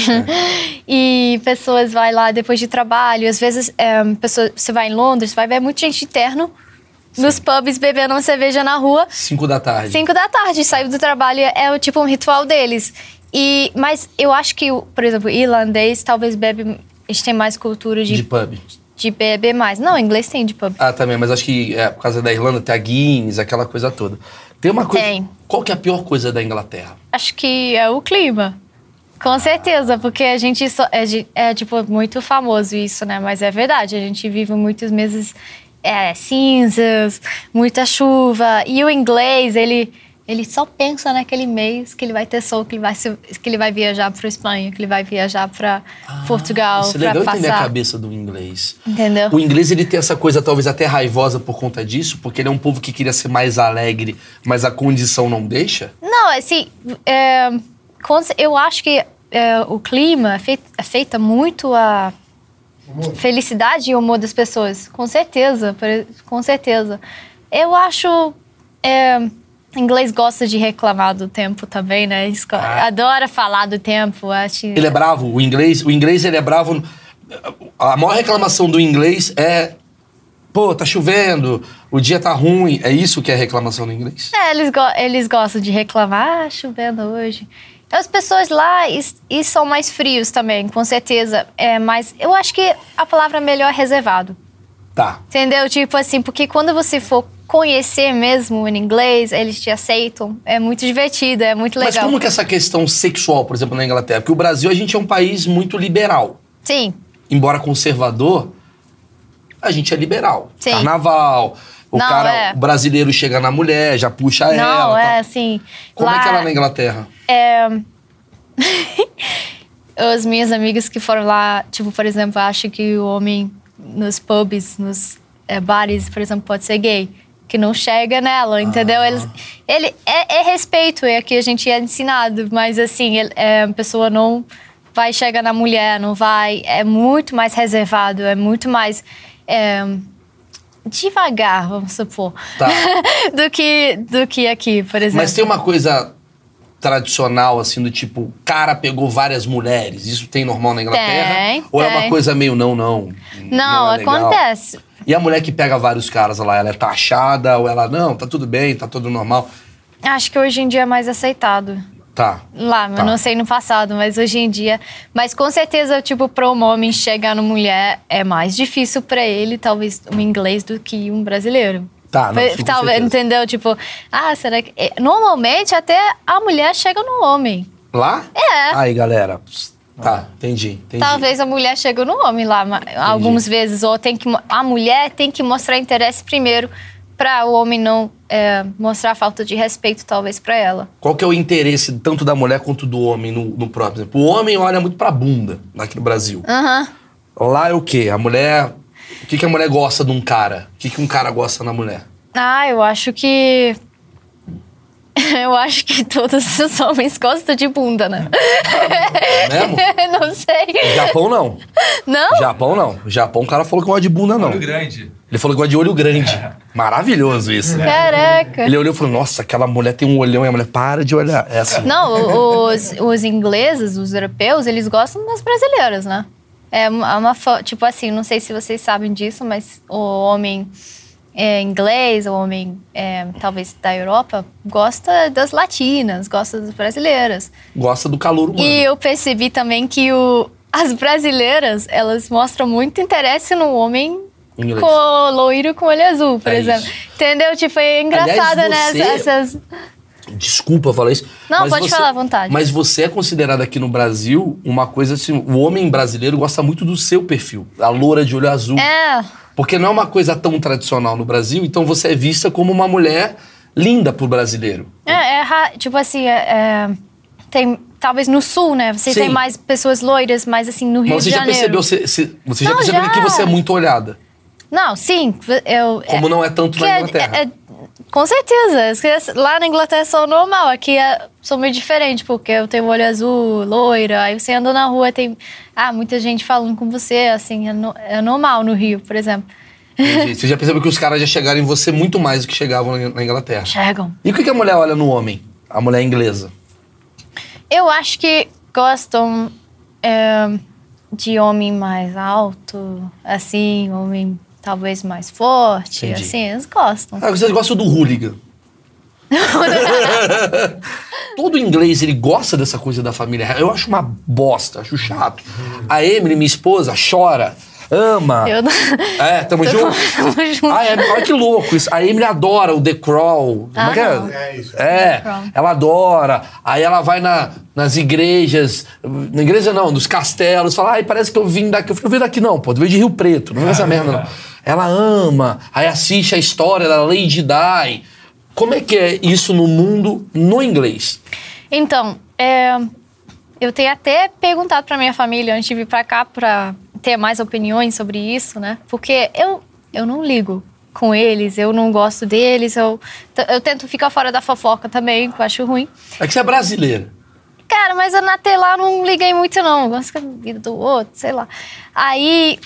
e pessoas vai lá depois de trabalho. Às vezes, é, pessoa, você vai em Londres, vai ver muita gente de terno nos pubs bebendo uma cerveja na rua. Cinco da tarde. Cinco da tarde, saiu do trabalho, é o tipo um ritual deles. E, mas eu acho que, o- por exemplo, irlandês talvez bebe. Eles têm mais cultura de de, pub. de beber mais. Não, inglês tem de pub. Ah, também, mas acho que é, por causa da Irlanda tem a Guinness, aquela coisa toda. Tem uma coisa. Tem. Qual que é a pior coisa da Inglaterra? Acho que é o clima. Com certeza, porque a gente só, é, de- é, tipo muito famoso isso, né? Mas é verdade, a gente vive muitos meses é, cinzas, muita chuva. E o inglês, ele, ele só pensa naquele mês que ele vai ter sol, que ele vai, se- que ele vai viajar para Espanha, que ele vai viajar para Portugal, Isso é para legal entender a passar. cabeça do inglês. Entendeu? O inglês ele tem essa coisa talvez até raivosa por conta disso, porque ele é um povo que queria ser mais alegre, mas a condição não deixa. Não, assim, é, com cer- eu acho que é, o clima afet- afeta muito a felicidade e o humor das pessoas. Com certeza, por- com certeza. Eu acho. É, inglês gosta de reclamar do tempo também, né? Eles go- Ah. Adora falar do tempo. Acho, Ele é bravo, o inglês, o inglês ele é bravo. A maior reclamação do inglês é pô, tá chovendo, o dia tá ruim, é isso que é a reclamação do inglês? É, eles, go- eles gostam de reclamar, ah, chovendo hoje. Então, As pessoas lá e, e são mais frios também, com certeza. É, mas eu acho que a palavra melhor é reservado. Tá. Entendeu? Tipo assim, porque quando você for conhecer mesmo em inglês, eles te aceitam. É muito divertido, é muito legal. Mas como que essa questão sexual, por exemplo, na Inglaterra? Porque o Brasil a gente é um país muito liberal. Sim. embora conservador, a gente é liberal. Sim. Carnaval, o Não, cara, é. o brasileiro chega na mulher, já puxa ela. Não, tal. é assim. Ah, tá. Como lá, é que é lá na Inglaterra? É, Os meus amigos que foram lá, tipo, por exemplo, acham que o homem nos pubs, nos eh, bares, por exemplo, pode ser gay. Que não chega nela, entendeu? Ah. Eles, ele é, é respeito, é que a gente é ensinado, mas assim, ele- é, a pessoa não vai chegar na mulher, não vai. É muito mais reservado, é muito mais. eh, devagar, vamos supor, Tá. do, que, do que aqui, por exemplo. Mas tem uma coisa tradicional, assim, do tipo, cara pegou várias mulheres. Isso tem normal na Inglaterra? Tem, Ou é tem. uma coisa meio não, não? Não, é legal? acontece. E a mulher que pega vários caras lá, ela é taxada ou ela, não, tá tudo bem, tá tudo normal. Acho que hoje em dia é mais aceitado. Tá. Lá, Tá. eu não sei no passado, mas hoje em dia. Mas com certeza, tipo, para um homem chegar no mulher é mais difícil para ele, talvez, um inglês do que um brasileiro. Tá, não, Foi- isso com Talvez, certeza. entendeu? Tipo, ah, será que. é, Normalmente até a mulher chega no homem. Lá? É. Aí, galera. pss, Tá, entendi, Ah, entendi. Talvez a mulher chegue no homem lá ma- algumas vezes, ou tem que. mo- A mulher tem que mostrar interesse primeiro para o homem não é, mostrar falta de respeito, talvez, para ela. Qual que é o interesse tanto da mulher quanto do homem no, no próprio? Exemplo, o homem olha muito pra bunda aqui no Brasil. Aham. Lá é o quê? A mulher. O que, que a mulher gosta de um cara? O que, que um cara gosta na mulher? Ah, eu acho que. Eu acho que todos os homens gostam de bunda, né? É mesmo? não sei. Japão não. Não? Japão não. Japão o cara falou que gosta de bunda não. Olho grande. Ele falou que gosta de olho grande. Maravilhoso isso. Caraca. Ele olhou e falou: Nossa, aquela mulher tem um olhão. E a mulher, para de olhar. É assim. Não, os, os ingleses, os europeus, eles gostam das brasileiras, né? É uma, uma fa- tipo assim, não sei se vocês sabem disso, mas o homem é, inglês, o homem é, talvez da Europa, gosta das latinas, gosta das brasileiras. Gosta do calor humano. E eu percebi também que o- as brasileiras, elas mostram muito interesse no homem Inglês. com loiro com olho azul, por É exemplo. isso. Entendeu? Tipo, é engraçado, você- né? Essas... Desculpa falar isso. Não, pode falar à vontade. Mas você é considerada aqui no Brasil uma coisa assim: o homem brasileiro gosta muito do seu perfil, a loura de olho azul. É, Porque não é uma coisa tão tradicional no Brasil, então você é vista como uma mulher linda pro brasileiro. é, é ra- tipo assim, é- é, tem... Talvez no sul, né? Vocês Sim. têm mais pessoas loiras, mas assim, no Rio Mas você de já Janeiro. percebeu, você, você- você já Não, percebeu já. que você é muito olhada. Não, sim. Eu, Como não é tanto na que é- Inglaterra. é- é- com certeza. As crianças- Lá na Inglaterra são normal. Aqui é, sou meio diferente, porque eu tenho olho azul, loira. Aí você anda na rua, tem ah, muita gente falando com você. Assim, é, no- é normal no Rio, por exemplo. Entendi. Você já percebeu que os caras já chegaram em você muito mais do que chegavam na- na Inglaterra. Chegam. E o que que a mulher olha no homem? A mulher inglesa. Eu acho que gostam é, de homem mais alto, assim, homem talvez mais forte, Entendi. assim, eles gostam. Ah, vocês gostam do hooligan. Todo inglês, ele gosta dessa coisa da família real. Eu acho uma bosta, acho chato. A Emily, minha esposa, chora, ama. Eu não... É, tamo junto. Tamo junto. Ah, é, olha que louco isso. A Emily adora o The Crawl. Como é Ah, que não. é? É isso. É, The Crown. ela adora. Aí ela vai na- nas igrejas, na igreja não, nos castelos, fala, ai, parece que eu vim daqui. Eu fico, eu vim daqui não, pô, eu vim de Rio Preto, não vem com essa merda não. Ela ama, aí assiste a história da Lady Di. Como é que é isso no mundo no inglês? Então, é, eu tenho até perguntado pra minha família antes de vir pra cá pra ter mais opiniões sobre isso, né? Porque eu, eu não ligo com eles, eu não gosto deles, eu, t- eu tento ficar fora da fofoca também, que eu acho ruim. É que você é brasileira. Cara, mas eu na tela não liguei muito, não. Eu Gosto da vida do outro, sei lá. Aí,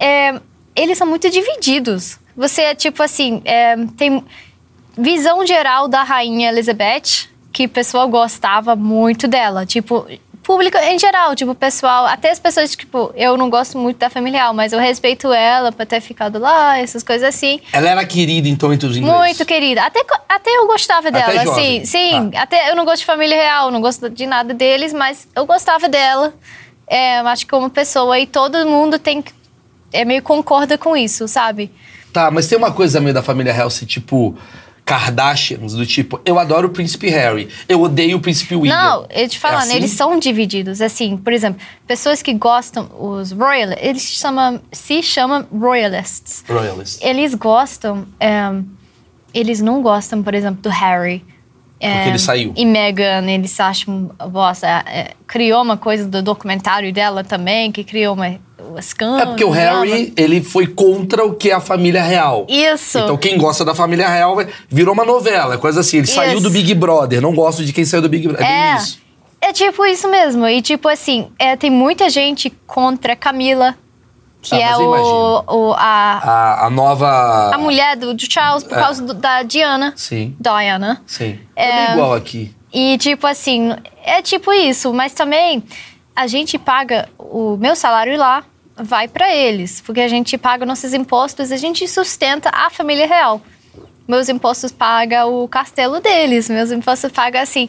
é, eles são muito divididos. Você é tipo assim, é, tem visão geral da rainha Elizabeth, que o pessoal gostava muito dela. Tipo, público em geral, tipo, pessoal, até as pessoas, tipo, eu não gosto muito da família real, mas eu respeito ela por ter ficado lá, essas coisas assim. Ela era querida, então, entre os ingleses. Muito querida. Até, co- até eu gostava Até dela, jovem. sim. Tá. Sim, até eu não gosto de família real, não gosto de nada deles, mas eu gostava dela. É, eu acho que como pessoa, e todo mundo tem que. É meio concorda com isso, sabe? Tá, mas tem uma coisa meio da família real, se tipo... Kardashians, do tipo, eu adoro o príncipe Harry, eu odeio o príncipe William. Não, eu te falando, É assim? eles são divididos. Assim, por exemplo, pessoas que gostam, os royal, eles se chamam, se chamam royalists. Royalist. Eles gostam. é, eles não gostam, por exemplo, do Harry. É, ele saiu. E Meghan, eles acham. Nossa, é, criou uma coisa do documentário dela também, que criou uma, um escândalo. É porque o Harry, ele foi contra o que é a família real. Isso. Então quem gosta da família real vai- virou uma novela, coisa assim. Ele saiu Isso. do Big Brother, não gosto de quem saiu do Big Brother. É, bem É. isso. eh, É tipo isso mesmo. E tipo assim, é, tem muita gente contra Camila, que Ah, é mas eu o, imagino. o- a, A, a nova. a mulher do, do Charles por causa do- da Diana. Sim, Diana. sim. É, É. bem igual aqui. E tipo assim, é tipo isso, mas também a gente paga o meu salário lá vai pra eles, porque a gente paga nossos impostos, a gente sustenta a família real. Meus impostos paga o castelo deles, meus impostos paga assim.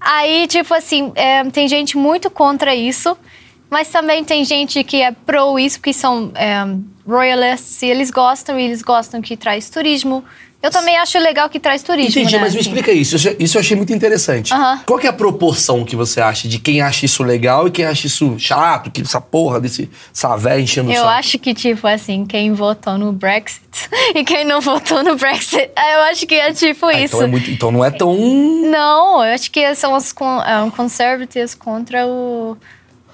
Aí tipo assim, é, tem gente muito contra isso, mas também tem gente que é pro isso, que são é, royalists, e eles gostam, e eles gostam que traz turismo. Eu também acho legal que traz turismo, Entendi, né, mas me assim. explica isso. Isso- Isso eu achei muito interessante. Aham. Qual que é a proporção que você acha de quem acha isso legal e quem acha isso chato, que essa porra desse savé enchendo o Eu saco? acho que, tipo assim, quem votou no Brexit e quem não votou no Brexit, eu acho que é tipo Ah, isso. Então, é muito- então não é tão. Não, eu acho que são os con- ah, conservatives contra o.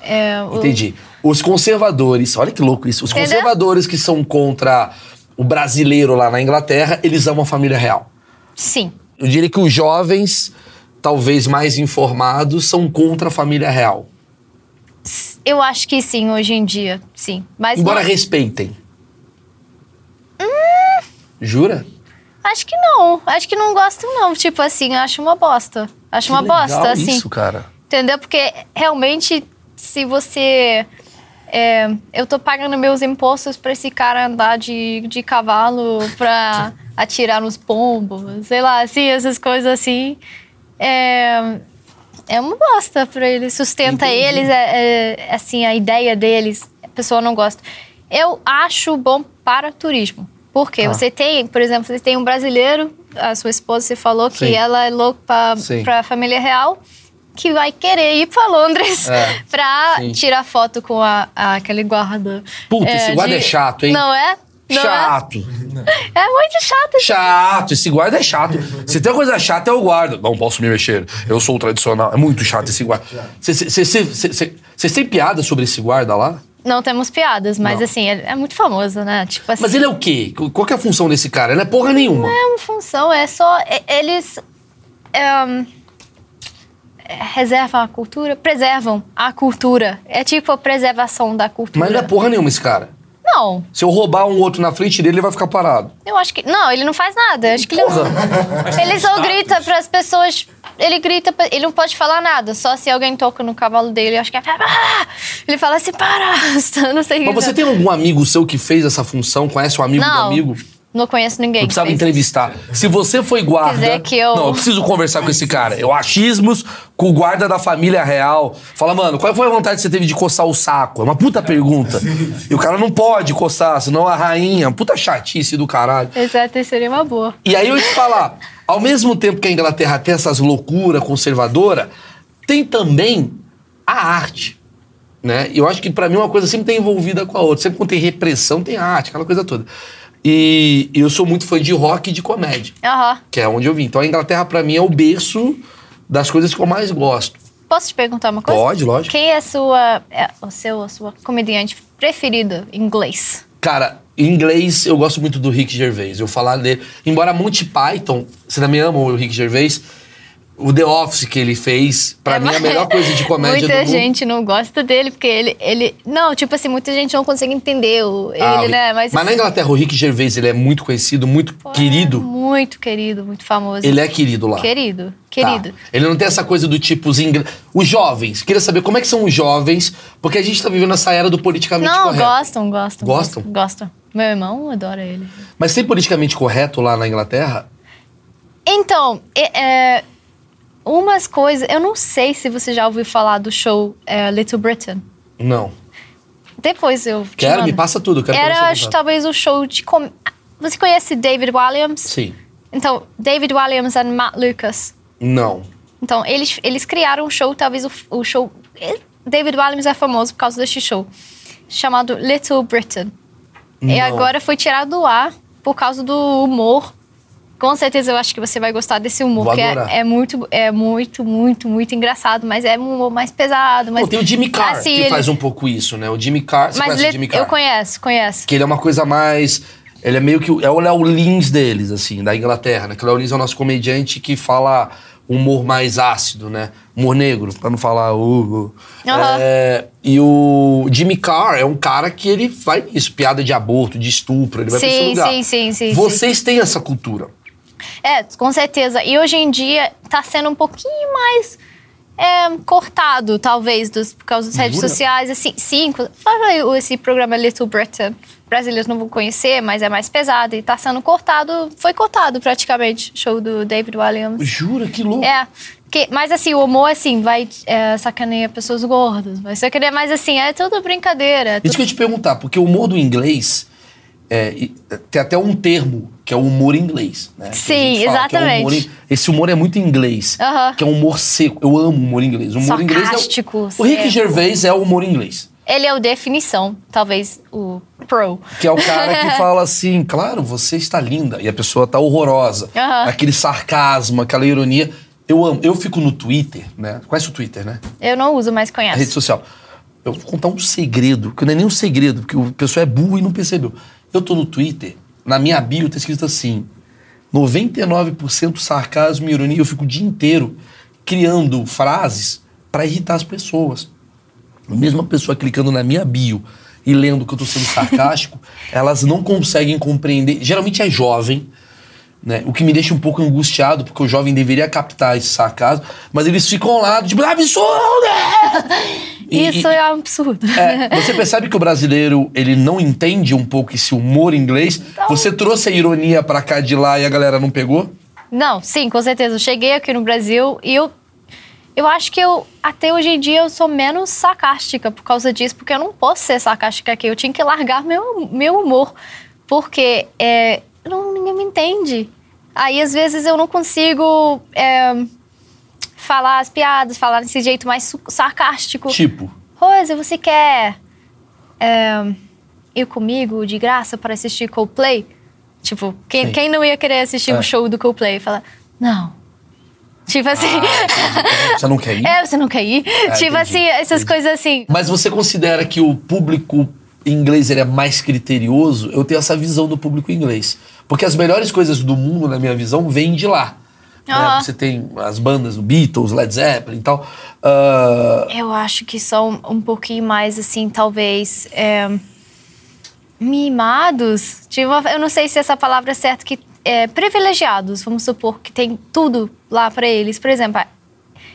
é, o- Entendi. Os conservadores, olha que louco isso. Os Entendeu? conservadores que são contra o brasileiro lá na Inglaterra, eles amam a família real. Sim. Eu diria que os jovens, talvez mais informados, são contra a família real. Eu acho que sim, hoje em dia, sim. Mas Embora não- é- Hum. respeitem. Jura? acho que não. Acho que não gosto, não. Tipo assim, eu acho uma bosta. Acho uma Que legal bosta, assim. Isso, cara. Entendeu? Porque realmente, se você. é, eu tô pagando meus impostos pra esse cara andar de, de cavalo, pra atirar nos pombos, sei lá, assim, essas coisas assim. É, é uma bosta pra eles. Sustenta Entendi. eles, é- é, assim, a ideia deles. A pessoa não gosta. Eu acho bom para turismo. Por quê? Tá. Você tem, por exemplo, você tem um brasileiro, a sua esposa, você falou Sim. que ela é louca pra Sim. para a família real que vai querer ir para Londres É, pra sim. tirar foto com a, a- aquele guarda. Puta, esse guarda é chato, hein? Não é? Não Chato. É? é muito chato. Chato. Esse guarda é chato. Se tem uma coisa chata, é o guarda. Não posso me mexer. Eu sou o tradicional. É muito chato esse guarda. Vocês têm piada sobre esse guarda lá? Não temos piadas, mas Não. assim, ele é muito famoso, né? Tipo assim, Mas ele é o quê? Qual que é a função desse cara? Ele não é porra nenhuma. é uma função, é só. é- eles. ehm, reservam a cultura, preservam a cultura. É tipo a preservação da cultura. Mas ele não é porra nenhuma esse cara. Não, Se eu roubar um outro na frente dele, ele vai ficar parado. eu acho que. Não, ele não faz nada. Eu Acho que ele não- Porra! Ele só Status. grita pras pessoas. Ele grita, pra- ele não pode falar nada, só se alguém toca no cavalo dele. eu Acho que é. "Ah!" Ele fala assim, para! Eu Não sei o Mas que. você tem algum amigo seu que fez essa função? Conhece um amigo do Não, amigo? não conheço ninguém. Eu que precisava fez entrevistar. Se você foi guarda. Quiser que eu- Não, eu preciso conversar com esse cara. Eu achismos com o guarda da família real. Fala, mano, qual foi a vontade que você teve de coçar o saco? É uma puta pergunta. E o cara não pode coçar, senão a rainha. Puta chatice do caralho. isso. Exato, isso seria uma boa. E aí eu ia te falar, ao mesmo tempo que a Inglaterra tem essas loucuras conservadoras, tem também a arte. Né? E eu acho que pra mim uma coisa sempre tem envolvida com a outra. Sempre quando tem repressão, tem arte, aquela coisa toda. E eu sou muito fã de rock e de comédia, Aham. que é onde eu vim. Então a Inglaterra pra mim é o berço das coisas que eu mais gosto. Posso te perguntar uma coisa? Pode, lógico. Quem é sua. É, o seu, a sua comediante preferida em inglês? Cara, em inglês eu gosto muito do Rick Gervais. Eu falar dele. Embora Monty Python, você também ama o Rick Gervais, o The Office que ele fez, pra É, mim é a mas- melhor coisa de comédia do Muita mundo. gente não gosta dele, porque ele, ele. Não, tipo assim, muita gente não consegue entender o, ele, Ah, o- né? Mas, Mas, na Inglaterra, o Rick Gervais, ele é muito conhecido, muito pô, é querido. Muito querido, muito famoso. Ele é querido lá. Querido, Tá. querido. Ele não tem essa coisa do tipo os ingleses. Os jovens, queria saber como é que são os jovens, porque a gente tá vivendo essa era do politicamente Não, correto. gostam, gostam. Gostam? Gostam. Meu irmão adora ele. Mas tem politicamente correto lá na Inglaterra? Então, é, é, umas coisas. Eu não sei se você já ouviu falar do show é, Little Britain. Não. Depois eu. te Quero, mando. me passa tudo. Quero Era, saber acho, tá- tudo. talvez o show de. Com... Você conhece David Williams? Sim. Então, David Williams e Matt Lucas. Não. Então, eles, eles criaram um show, talvez o, o show. eh, David Williams é famoso por causa deste show, chamado Little Britain. E Não. agora foi tirado do ar por causa do humor. Com certeza eu acho que você vai gostar desse humor, Vou que é, adorar. é muito, é muito, muito, muito engraçado, mas é um humor mais pesado. Mas, Pô, tem o Jimmy Carr assim, que ele- faz um pouco isso, né? O Jimmy Carr. Você mas conhece Lit- o Jimmy Carr? eu conheço, conheço. Que ele é uma coisa mais. Ele é meio que. o- É o Léo Lins deles, assim, da Inglaterra, né? Que o Léo Lins é o nosso comediante que fala. humor mais ácido, né? Humor negro, pra não falar o. o- Aham. É, e o Jimmy Carr é um cara que ele faz isso, piada de aborto, de estupro, ele vai pra esse Sim, lugar. sim, sim, sim, Vocês têm essa cultura. É, com certeza. E hoje em dia tá sendo um pouquinho mais é, cortado, talvez, dos, por causa das redes Jura? sociais. Assim, sim, inclu- fala aí o- esse programa Little Britain. Brasileiros não vão conhecer, mas é mais pesado. E tá sendo cortado, foi cortado praticamente, show do David Williams. Jura, que louco. É. Que, mas assim, o humor, assim, vai é, sacanear pessoas gordas, vai sacanear, mas assim, é tudo brincadeira. é Isso tudo- que eu ia te perguntar, porque o humor do inglês é, e- tem até um termo que é o humor inglês, né? Que a Sim, gente fala, que é o humor exatamente. in- esse humor é muito inglês, Aham. que é um humor seco. Eu amo humor inglês. O humor Sarcástico, inglês é o, o Rick seco. Gervais é o humor inglês, Ele é o definição, talvez o pro. que é o cara que fala assim, claro, você está linda e a pessoa está horrorosa. Aham. Aquele sarcasmo, aquela ironia. Eu amo. Eu fico no Twitter, né? Conhece o Twitter, né? Eu não uso, mas a conheço. rede social. Eu vou contar um segredo, que não é nem um segredo, porque o pessoal é burro e não percebeu. Eu tô no Twitter, na minha bio tá escrito assim: 99% sarcasmo e ironia. Eu fico o dia inteiro criando frases pra irritar as pessoas. A mesma pessoa clicando na minha bio e lendo que eu tô sendo sarcástico, elas não conseguem compreender. Geralmente é jovem, né? O que me deixa um pouco angustiado, porque o jovem deveria captar esse sarcasmo, mas eles ficam lá, tipo, absurdo! E- Isso e- é um absurdo. é, você percebe que o brasileiro, ele não entende um pouco esse humor inglês? Você trouxe a ironia pra cá de lá e a galera não pegou? Não, sim, com certeza. Eu cheguei aqui no Brasil e eu, eu acho que eu, até hoje em dia, eu sou menos sarcástica por causa disso, porque eu não posso ser sarcástica aqui. Eu tinha que largar meu, meu humor, porque é, não, ninguém me entende. Aí, às vezes, eu não consigo é, falar as piadas, falar desse jeito mais su- sarcástico. Tipo, Rose, você quer é, ir comigo de graça para assistir Coldplay? Tipo, quem, Sim. quem não ia querer assistir É. um show do Coldplay e falar, não. Tipo assim, Ah, você não quer ir? é, você não quer ir? tipo Ah, entendi, assim, essas entendi. coisas assim. Mas você considera que o público inglês ele é mais criterioso? Eu tenho essa visão do público inglês. Porque as melhores coisas do mundo, na minha visão, vêm de lá. né? Aham. Você tem as bandas, o Beatles, Led Zeppelin e tal. Ah, Eu acho que são um pouquinho mais assim, talvez. é, mimados. Tinha uma- eu não sei se essa palavra é certa, que é, privilegiados, vamos supor, que tem tudo lá pra eles. Por exemplo, é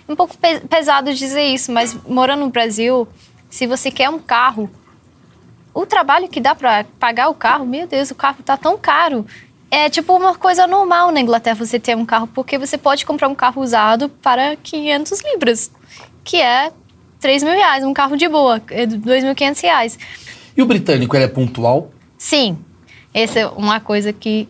um pouco pe- pesado dizer isso, mas morando no Brasil, se você quer um carro, o trabalho que dá pra pagar o carro, meu Deus, o carro tá tão caro. É tipo uma coisa normal na Inglaterra você ter um carro, porque você pode comprar um carro usado para 500 libras, que é 3 mil reais, um carro de boa, é 2.500 reais. e o britânico, ele é pontual? Sim, essa é uma coisa que.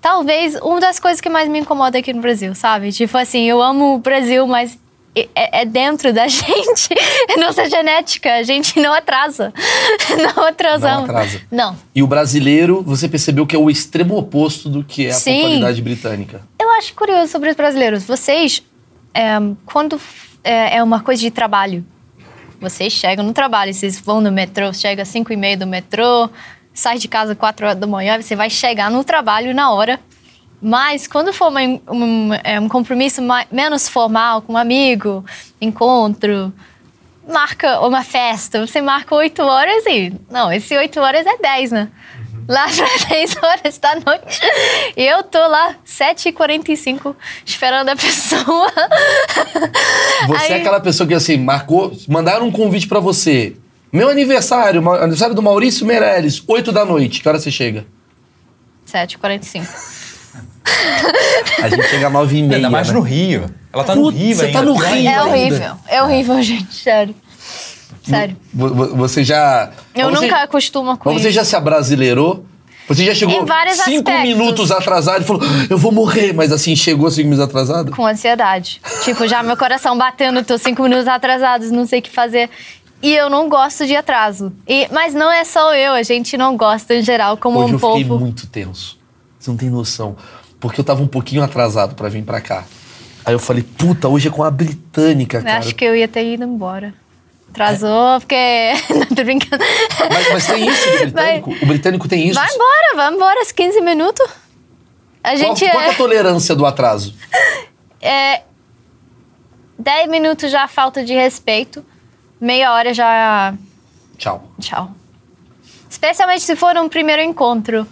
Talvez uma das coisas que mais me incomoda aqui no Brasil, sabe? Tipo assim, eu amo o Brasil, mas é- é, é dentro da gente, é nossa genética, a gente não atrasa. Não atrasamos. atrasa. Não. E o brasileiro, você percebeu que é o extremo oposto do que é a Sim. pontualidade britânica. Eu acho curioso sobre os brasileiros. Vocês, é, quando f- é, é uma coisa de trabalho, vocês chegam no trabalho, vocês vão no metrô, chega às 5 e meia do metrô, sai de casa 4 horas da manhã, você vai chegar no trabalho na hora. Mas quando for uma en- um, é, um compromisso ma- menos formal, com um amigo, encontro, marca uma festa, você marca 8 horas e. Não, esse 8 horas é 10, né? Uhum. Lá para 10 horas da noite. E eu tô lá 7h45 esperando a pessoa. Você é Aí- aquela pessoa que assim, marcou, mandaram um convite pra você. Meu aniversário, ma- aniversário do Maurício Meirelles, 8 da noite. Que hora você chega? 7h45. A gente chega às 9 e meia. Ainda mais né? no Rio. Ela tá no Putz, Rio você ainda. tá no Rio. É ainda. horrível. É horrível, gente. Sério. Sério. Vo- vo- Você já. Eu você- nunca acostumo com Mas você isso. já se abrasileirou? Você já chegou Em vários cinco aspectos. minutos atrasado e falou, "Ah, eu vou morrer, mas assim, chegou cinco minutos atrasado? Com ansiedade. tipo, já meu coração batendo, tô cinco minutos atrasados, não sei o que fazer. E eu não gosto de atraso. E, mas não é só eu, a gente não gosta em geral, como Hoje um eu fiquei povo. muito tenso. Você não tem noção. Porque eu tava um pouquinho atrasado pra vir pra cá. Aí eu falei, puta, hoje é com a britânica, Eu cara. Acho que eu ia ter ido embora. Atrasou, porque. não tô brincando. É. Mas, mas tem isso do britânico? O britânico tem isso. Vai embora, vai embora, os 15 minutos. A Qual, gente qual que é é. a tolerância do atraso? É, 10 minutos já falta de respeito, meia hora já. Tchau. Tchau. Especialmente se for um primeiro encontro.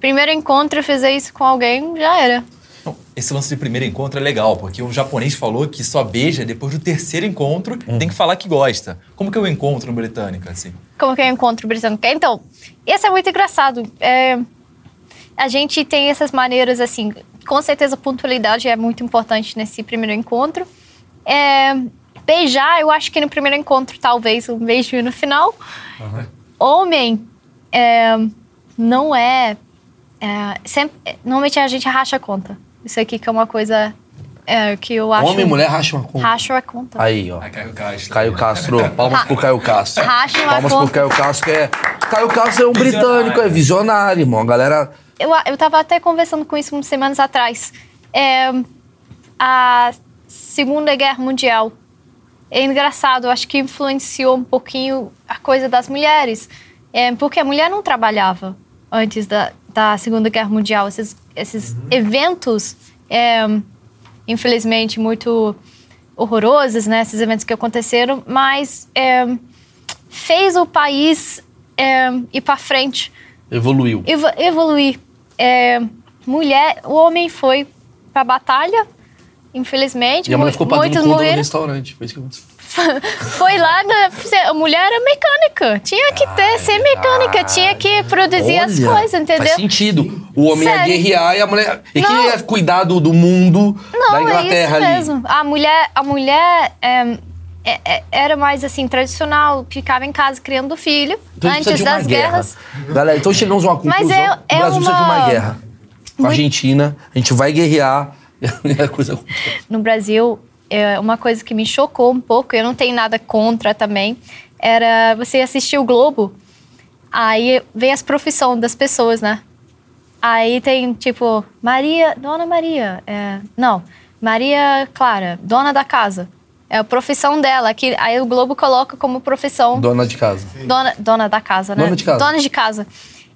Primeiro encontro, fizer isso com alguém, já era. Não, Esse lance de primeiro encontro é legal, porque um japonês falou que só beija depois do terceiro encontro, Hum. tem que falar que gosta. Como que eu encontro no Britânica, assim? Como que é o encontro britânico? Então, esse é muito engraçado. É, a gente tem essas maneiras, assim, com certeza pontualidade é muito importante nesse primeiro encontro. É, beijar, eu acho que no primeiro encontro, talvez, um beijo no final. Homem, é, não é... é, sempre, normalmente a gente racha a conta. Isso aqui que é uma coisa é, que eu acho... Homem e mulher racham a conta. Racha a conta. Aí, ó. Aí caiu o Castro. Caio Castro, palmas Ra- pro Caio Castro. Racha uma Palmas pro conta. Caio Castro, que é. Caio Castro é um Visionário. britânico, é visionário, irmão. A galera. eu, eu tava até conversando com isso umas semanas atrás. É, a Segunda Guerra Mundial. É engraçado, eu acho que influenciou um pouquinho a coisa das mulheres. É, porque a mulher não trabalhava antes da, da Segunda Guerra Mundial. Esses, esses eventos, é, infelizmente, muito horrorosos, né? Esses eventos que aconteceram. Mas é, fez o país é, ir para frente Evoluiu. evo- evoluir. É, mulher, o homem foi pra batalha, infelizmente. E a mulher mu- ficou pagando muitos cu no morreram. restaurante. Foi isso que aconteceu. Foi lá, na, a mulher era mecânica. Tinha que ter, ser mecânica, tinha que produzir as Ah, é Olha, coisas, entendeu? Faz sentido. O homem ia Sério. guerrear e a mulher. E quem Não. ia cuidar do, do mundo da Não, Inglaterra é isso ali? mesmo. A mulher, a mulher é, é, é, era mais assim, tradicional, ficava em casa criando filho Então a gente precisa antes de uma das guerra. guerras. Galera, então chegamos a uma conclusão. Mas é- é o Brasil precisa de uma uma- guerra. Com a Muito- Argentina, a gente vai guerrear. E a coisa- no Brasil, é, uma coisa que me chocou um pouco, eu não tenho nada contra também, era você assistir o Globo, aí vem as profissões das pessoas, né? Aí tem, tipo, Maria, Dona Maria, é, não, Maria Clara, dona da casa. É a profissão dela, que aí o Globo coloca como profissão Dona de casa. dona, dona da casa, né? Dona de casa. Dona de casa.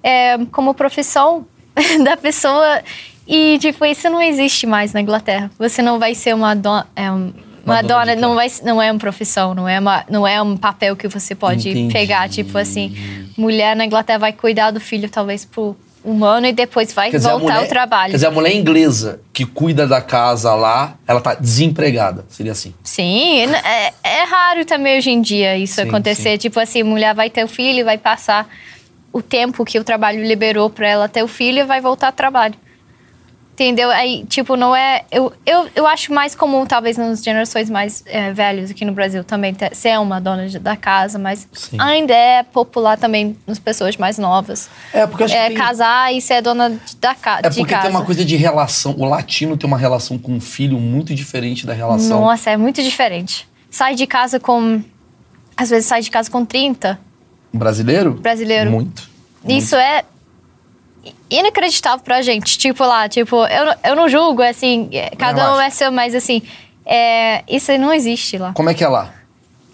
É, como profissão da pessoa. E, tipo, isso não existe mais na Inglaterra. Você não vai ser uma dona. É, um- uma Uma dona dona de casa. não, vai, não é uma profissão, não é, uma, não é um papel que você pode Entendi. pegar. Tipo assim, mulher na Inglaterra vai cuidar do filho, talvez, pro humano e depois vai Quer dizer, a voltar ao mulher- trabalho. Quer dizer, a mulher inglesa que cuida da casa lá, ela tá desempregada. Seria assim. Sim, e n- é, é raro também hoje em dia isso Sim, acontecer. Tipo assim, mulher vai ter o filho, e vai passar o tempo que o trabalho liberou pra ela ter o filho e vai voltar ao trabalho. Entendeu? Aí, tipo, não é. Eu, eu, eu acho mais comum, talvez, nas gerações mais eh, velhas aqui no Brasil também ter, ser uma dona de- da casa, mas Sim. ainda é popular também nas pessoas mais novas. É, porque eu acho É, que. tem- casar e ser dona de, da ca, É de porque casa. tem uma coisa de relação. O latino tem uma relação com o filho muito diferente da relação. Nossa, é muito diferente. Sai de casa com. Às vezes sai de casa com 30. Brasileiro? Brasileiro. Muito. Isso é inacreditável pra gente. Tipo lá, tipo, eu, não- eu não julgo, é assim, é, cada um acho. é seu, mas assim, é, isso não existe lá. Como é que é lá?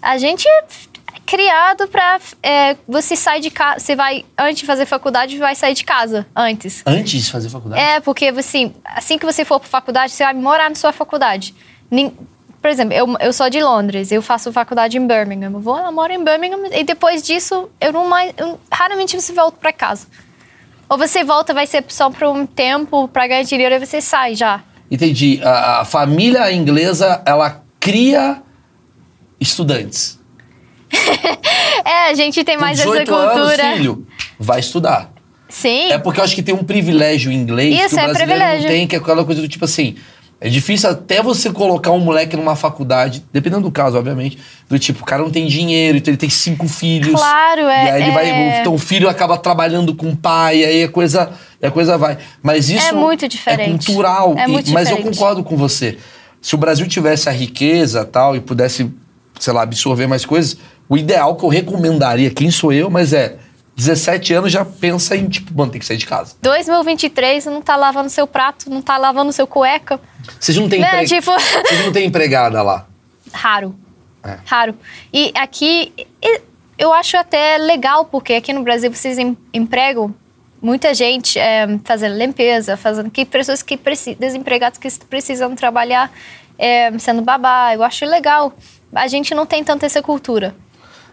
A gente é f- criado pra. é, você sai de casa, você vai, antes de fazer faculdade, vai sair de casa antes. Antes de fazer faculdade? É, porque assim, assim que você for para faculdade, você vai morar na sua faculdade. Nin- Por exemplo, eu, eu sou de Londres, eu faço faculdade em Birmingham. Eu vou, eu moro em Birmingham e depois disso, eu não mais. eu- raramente você volta para casa. Ou você volta, vai ser só por um tempo para ganhar dinheiro e você sai já. Entendi. A, a família inglesa, ela cria estudantes. É, a gente tem Com mais essa 18 cultura. anos, filho, vai estudar. Sim. É porque eu acho que tem um privilégio em inglês Isso, que o é brasileiro privilégio. não tem, que é aquela coisa do tipo assim. É difícil até você colocar um moleque numa faculdade, dependendo do caso, obviamente, do tipo, o cara não tem dinheiro, então ele tem cinco filhos. Claro, é- E aí ele vai. é- Então o filho acaba trabalhando com o pai, aí a coisa, a coisa vai. Mas isso. muito diferente. É cultural. É e- muito mas eu diferente. concordo com você. Se o Brasil tivesse a riqueza tal e pudesse, sei lá, absorver mais coisas, o ideal que eu recomendaria, quem sou eu, mas é 17 anos já pensa em, tipo, mano, tem que sair de casa. 2023 não tá lavando seu prato, não tá lavando seu cueca. Vocês não têm Né, empre- tipo- Vocês não têm empregada lá. raro. É. Raro. E aqui e- eu acho até legal, porque aqui no Brasil vocês em- empregam muita gente é, fazendo limpeza, fazendo que pessoas que precisam, desempregados que precisam trabalhar. é, sendo babá. Eu acho legal. A gente não tem tanta essa cultura.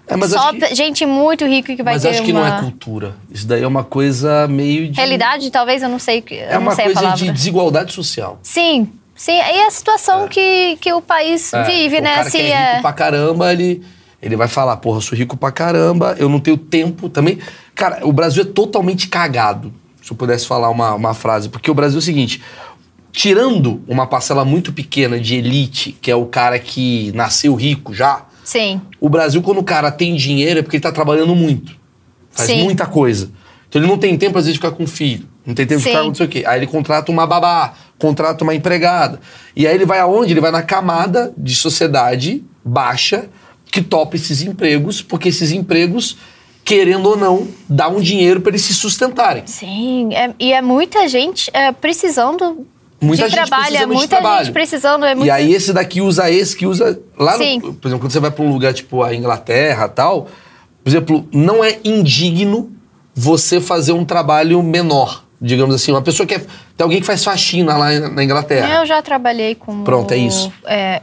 É, mas Só acho que, gente muito rica que vai mas ter acho que uma não é cultura. Isso daí é uma coisa meio de. realidade, talvez, eu não sei, eu É não uma sei a coisa palavra. de desigualdade social. Sim, sim. E a situação que, que o país É, vive, o né? cara Se que é rico pra caramba, ele, ele vai falar, porra, eu sou rico pra caramba, eu não tenho tempo também. Cara, o Brasil é totalmente cagado, se eu pudesse falar uma, uma frase. Porque o Brasil é o seguinte, tirando uma parcela muito pequena de elite, que é o cara que nasceu rico já, Sim. o Brasil, quando o cara tem dinheiro, é porque ele tá trabalhando muito. Faz Sim. muita coisa. Então ele não tem tempo, às vezes, de ficar com o filho. Não tem tempo de Sim. ficar com não sei o quê. Aí ele contrata uma babá, contrata uma empregada. E aí ele vai aonde? Ele vai na camada de sociedade baixa que topa esses empregos, porque esses empregos, querendo ou não, dá um dinheiro para eles se sustentarem. Sim, é- e é muita gente é, precisando de Muita gente trabalho, é precisando de muita trabalho. gente precisando, é muito... E aí esse daqui usa esse que usa lá no- Sim. por exemplo, quando você vai pra um lugar tipo a Inglaterra, tal, por exemplo, não é indigno você fazer um trabalho menor, digamos assim, uma pessoa que é, tem alguém que faz faxina lá na Inglaterra. Eu já trabalhei como... é. Pronto, é isso. é,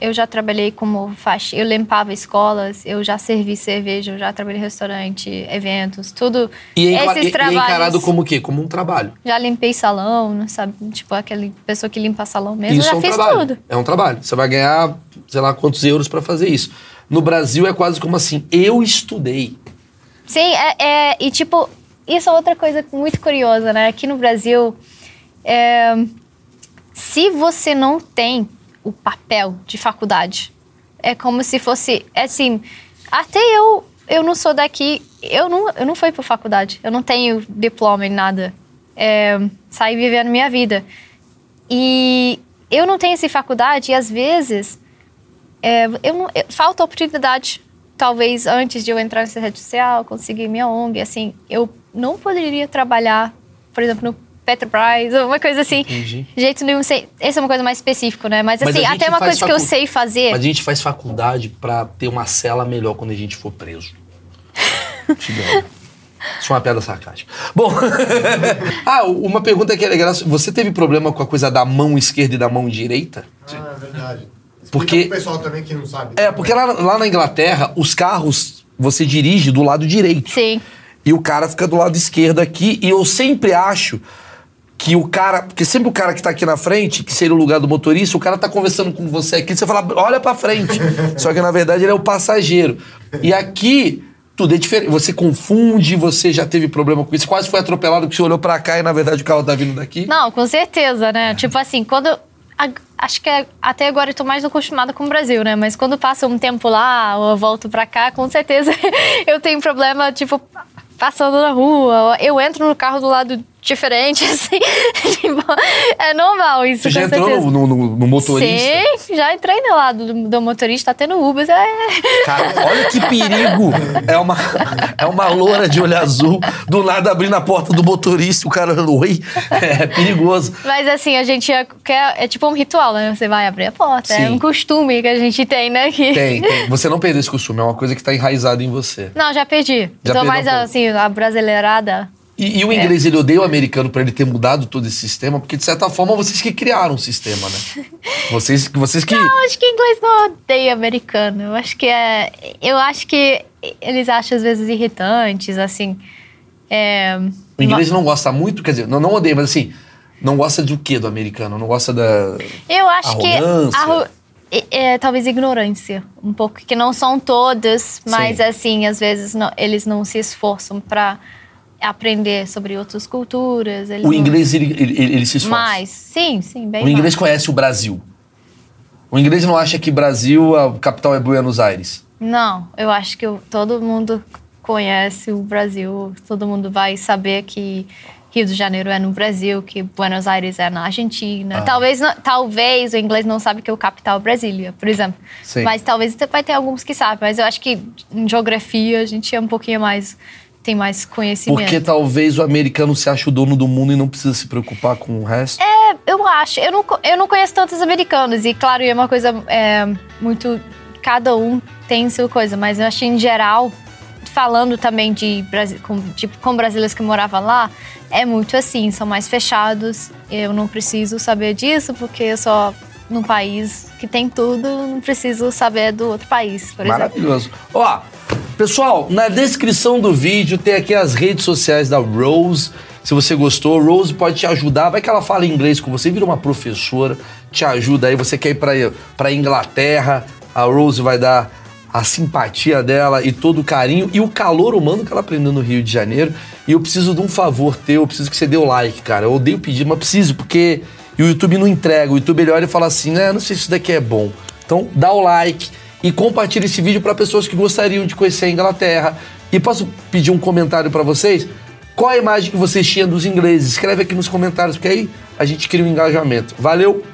eu já trabalhei como faixa, eu limpava escolas, eu já servi cerveja, eu já trabalhei em restaurante, eventos, tudo. E é, enca- esses e- e é trabalhos. encarado como o quê? Como um trabalho. Já limpei salão, não sabe? Tipo, aquela pessoa que limpa salão mesmo, isso já é um fiz trabalho. tudo. É um trabalho. Você vai ganhar, sei lá, quantos euros pra fazer isso. No Brasil é quase como assim, eu estudei. Sim, é, é- e tipo, isso é outra coisa muito curiosa, né? Aqui no Brasil, é, se você não tem o papel de faculdade, é como se fosse, é assim, até eu, eu não sou daqui, eu não, eu não fui pra faculdade, eu não tenho diploma em nada, é, saí vivendo minha vida. E eu não tenho essa faculdade e às vezes é, eu não- eu- falta oportunidade. Talvez antes de eu entrar nessa rede social, conseguir minha ONG, assim, eu não poderia trabalhar, por exemplo, no Petrobras, ou uma coisa assim. Entendi. De Jeito nenhum, sei. Essa é uma coisa mais específica, né? Mas, Mas assim, a gente até uma faz coisa que eu facu- sei fazer. Mas a gente faz faculdade pra ter uma cela melhor quando a gente for preso. Te dou. Isso é uma piada sarcástica. Bom, ah, uma pergunta que é legal. Você teve problema com a coisa da mão esquerda e da mão direita? Ah, é verdade. Explica Porque- pro pessoal também que não sabe. É, porque lá, lá na Inglaterra, os carros você dirige do lado direito. Sim. E o cara fica do lado esquerdo aqui. E eu sempre acho que o cara. Porque sempre o cara que tá aqui na frente, que seria o lugar do motorista, o cara tá conversando com você aqui. Você fala, olha pra frente. Só que na verdade ele é o passageiro. E aqui. Tudo é diferente. Você confunde, você já teve problema com isso. Quase foi atropelado porque você olhou pra cá e, na verdade, o carro tá vindo daqui. Não, com certeza, né? É. Tipo assim, quando. a- acho que é- até agora eu tô mais acostumada com o Brasil, né? Mas quando passa um tempo lá, ou eu volto pra cá, com certeza eu tenho problema, tipo, passando na rua. Eu entro no carro do lado diferente, assim. tipo, é normal isso, Você já com entrou certeza. no, no- no- no motorista? Sim, já entrei no lado do, do motorista, até no Uber. É, Cara, olha que perigo! É uma, é uma loura de olho azul, do nada abrindo a porta do motorista, o cara, oi, é perigoso. Mas assim, a gente é, quer- é tipo um ritual, né? Você vai abrir a porta. É Sim. um costume que a gente tem, né? Que... Tem, tem. Você não perdeu esse costume, é uma coisa que tá enraizada em você. Não, já perdi. Tô Já perdeu mais um pouco. assim, a brasileirada. E, É. e o inglês, ele odeia o americano pra ele ter mudado todo esse sistema, porque de certa forma vocês que criaram o sistema, né? Vocês, vocês que. Eu acho que inglês não odeia americano. Eu acho que é. Eu acho que eles acham às vezes irritantes, assim. É, O inglês não gosta muito, quer dizer, não, não odeia, mas assim, não gosta do quê do americano? Não gosta da. Eu acho que. Arrogância. arro- é- é, talvez ignorância, um pouco. Que não são todas, mas Sim. assim, às vezes não- eles não se esforçam pra aprender sobre outras culturas. eles O não- inglês, ele, ele, ele- ele se esforça. Mais. Sim, sim, bem O inglês mais. conhece o Brasil. O inglês não acha que Brasil, a capital é Buenos Aires. Não, eu acho que o- todo mundo conhece o Brasil, todo mundo vai saber que Rio de Janeiro é no Brasil, que Buenos Aires é na Ah. Argentina. Talvez, não- talvez o inglês não sabe que o capital é Brasília, por exemplo. Sim. Mas talvez até vai ter alguns que sabem. Mas eu acho que em geografia a gente é um pouquinho mais tem mais conhecimento. Porque talvez o americano se ache o dono do mundo e não precisa se preocupar com o resto. É, eu acho. Eu não, co- eu não conheço tantos americanos. E claro, é uma coisa é, muito. Cada um tem sua coisa, mas eu acho em geral, falando também de Brasi- com, tipo, com brasileiros que moravam lá, é muito assim, são mais fechados. Eu não preciso saber disso, porque eu só. num país que tem tudo, não preciso saber do outro país, por exemplo. Maravilhoso. Ó, pessoal, na descrição do vídeo tem aqui as redes sociais da Rose. Se você gostou, Rose pode te ajudar. Vai que ela fala inglês com você, vira uma professora, te ajuda aí. Você quer ir pra, pra Inglaterra, a Rose vai dar a simpatia dela e todo o carinho e o calor humano que ela aprendeu no Rio de Janeiro. E eu preciso de um favor teu, eu preciso que você dê o like, cara. Eu odeio pedir, mas preciso, porque o YouTube não entrega. O YouTube ele olha e fala assim, né, não sei se isso daqui é bom. Então dá o like e compartilhe esse vídeo para pessoas que gostariam de conhecer a Inglaterra. E posso pedir um comentário para vocês? Qual a imagem que vocês tinham dos ingleses? Escreve aqui nos comentários, porque aí a gente cria um engajamento. Valeu,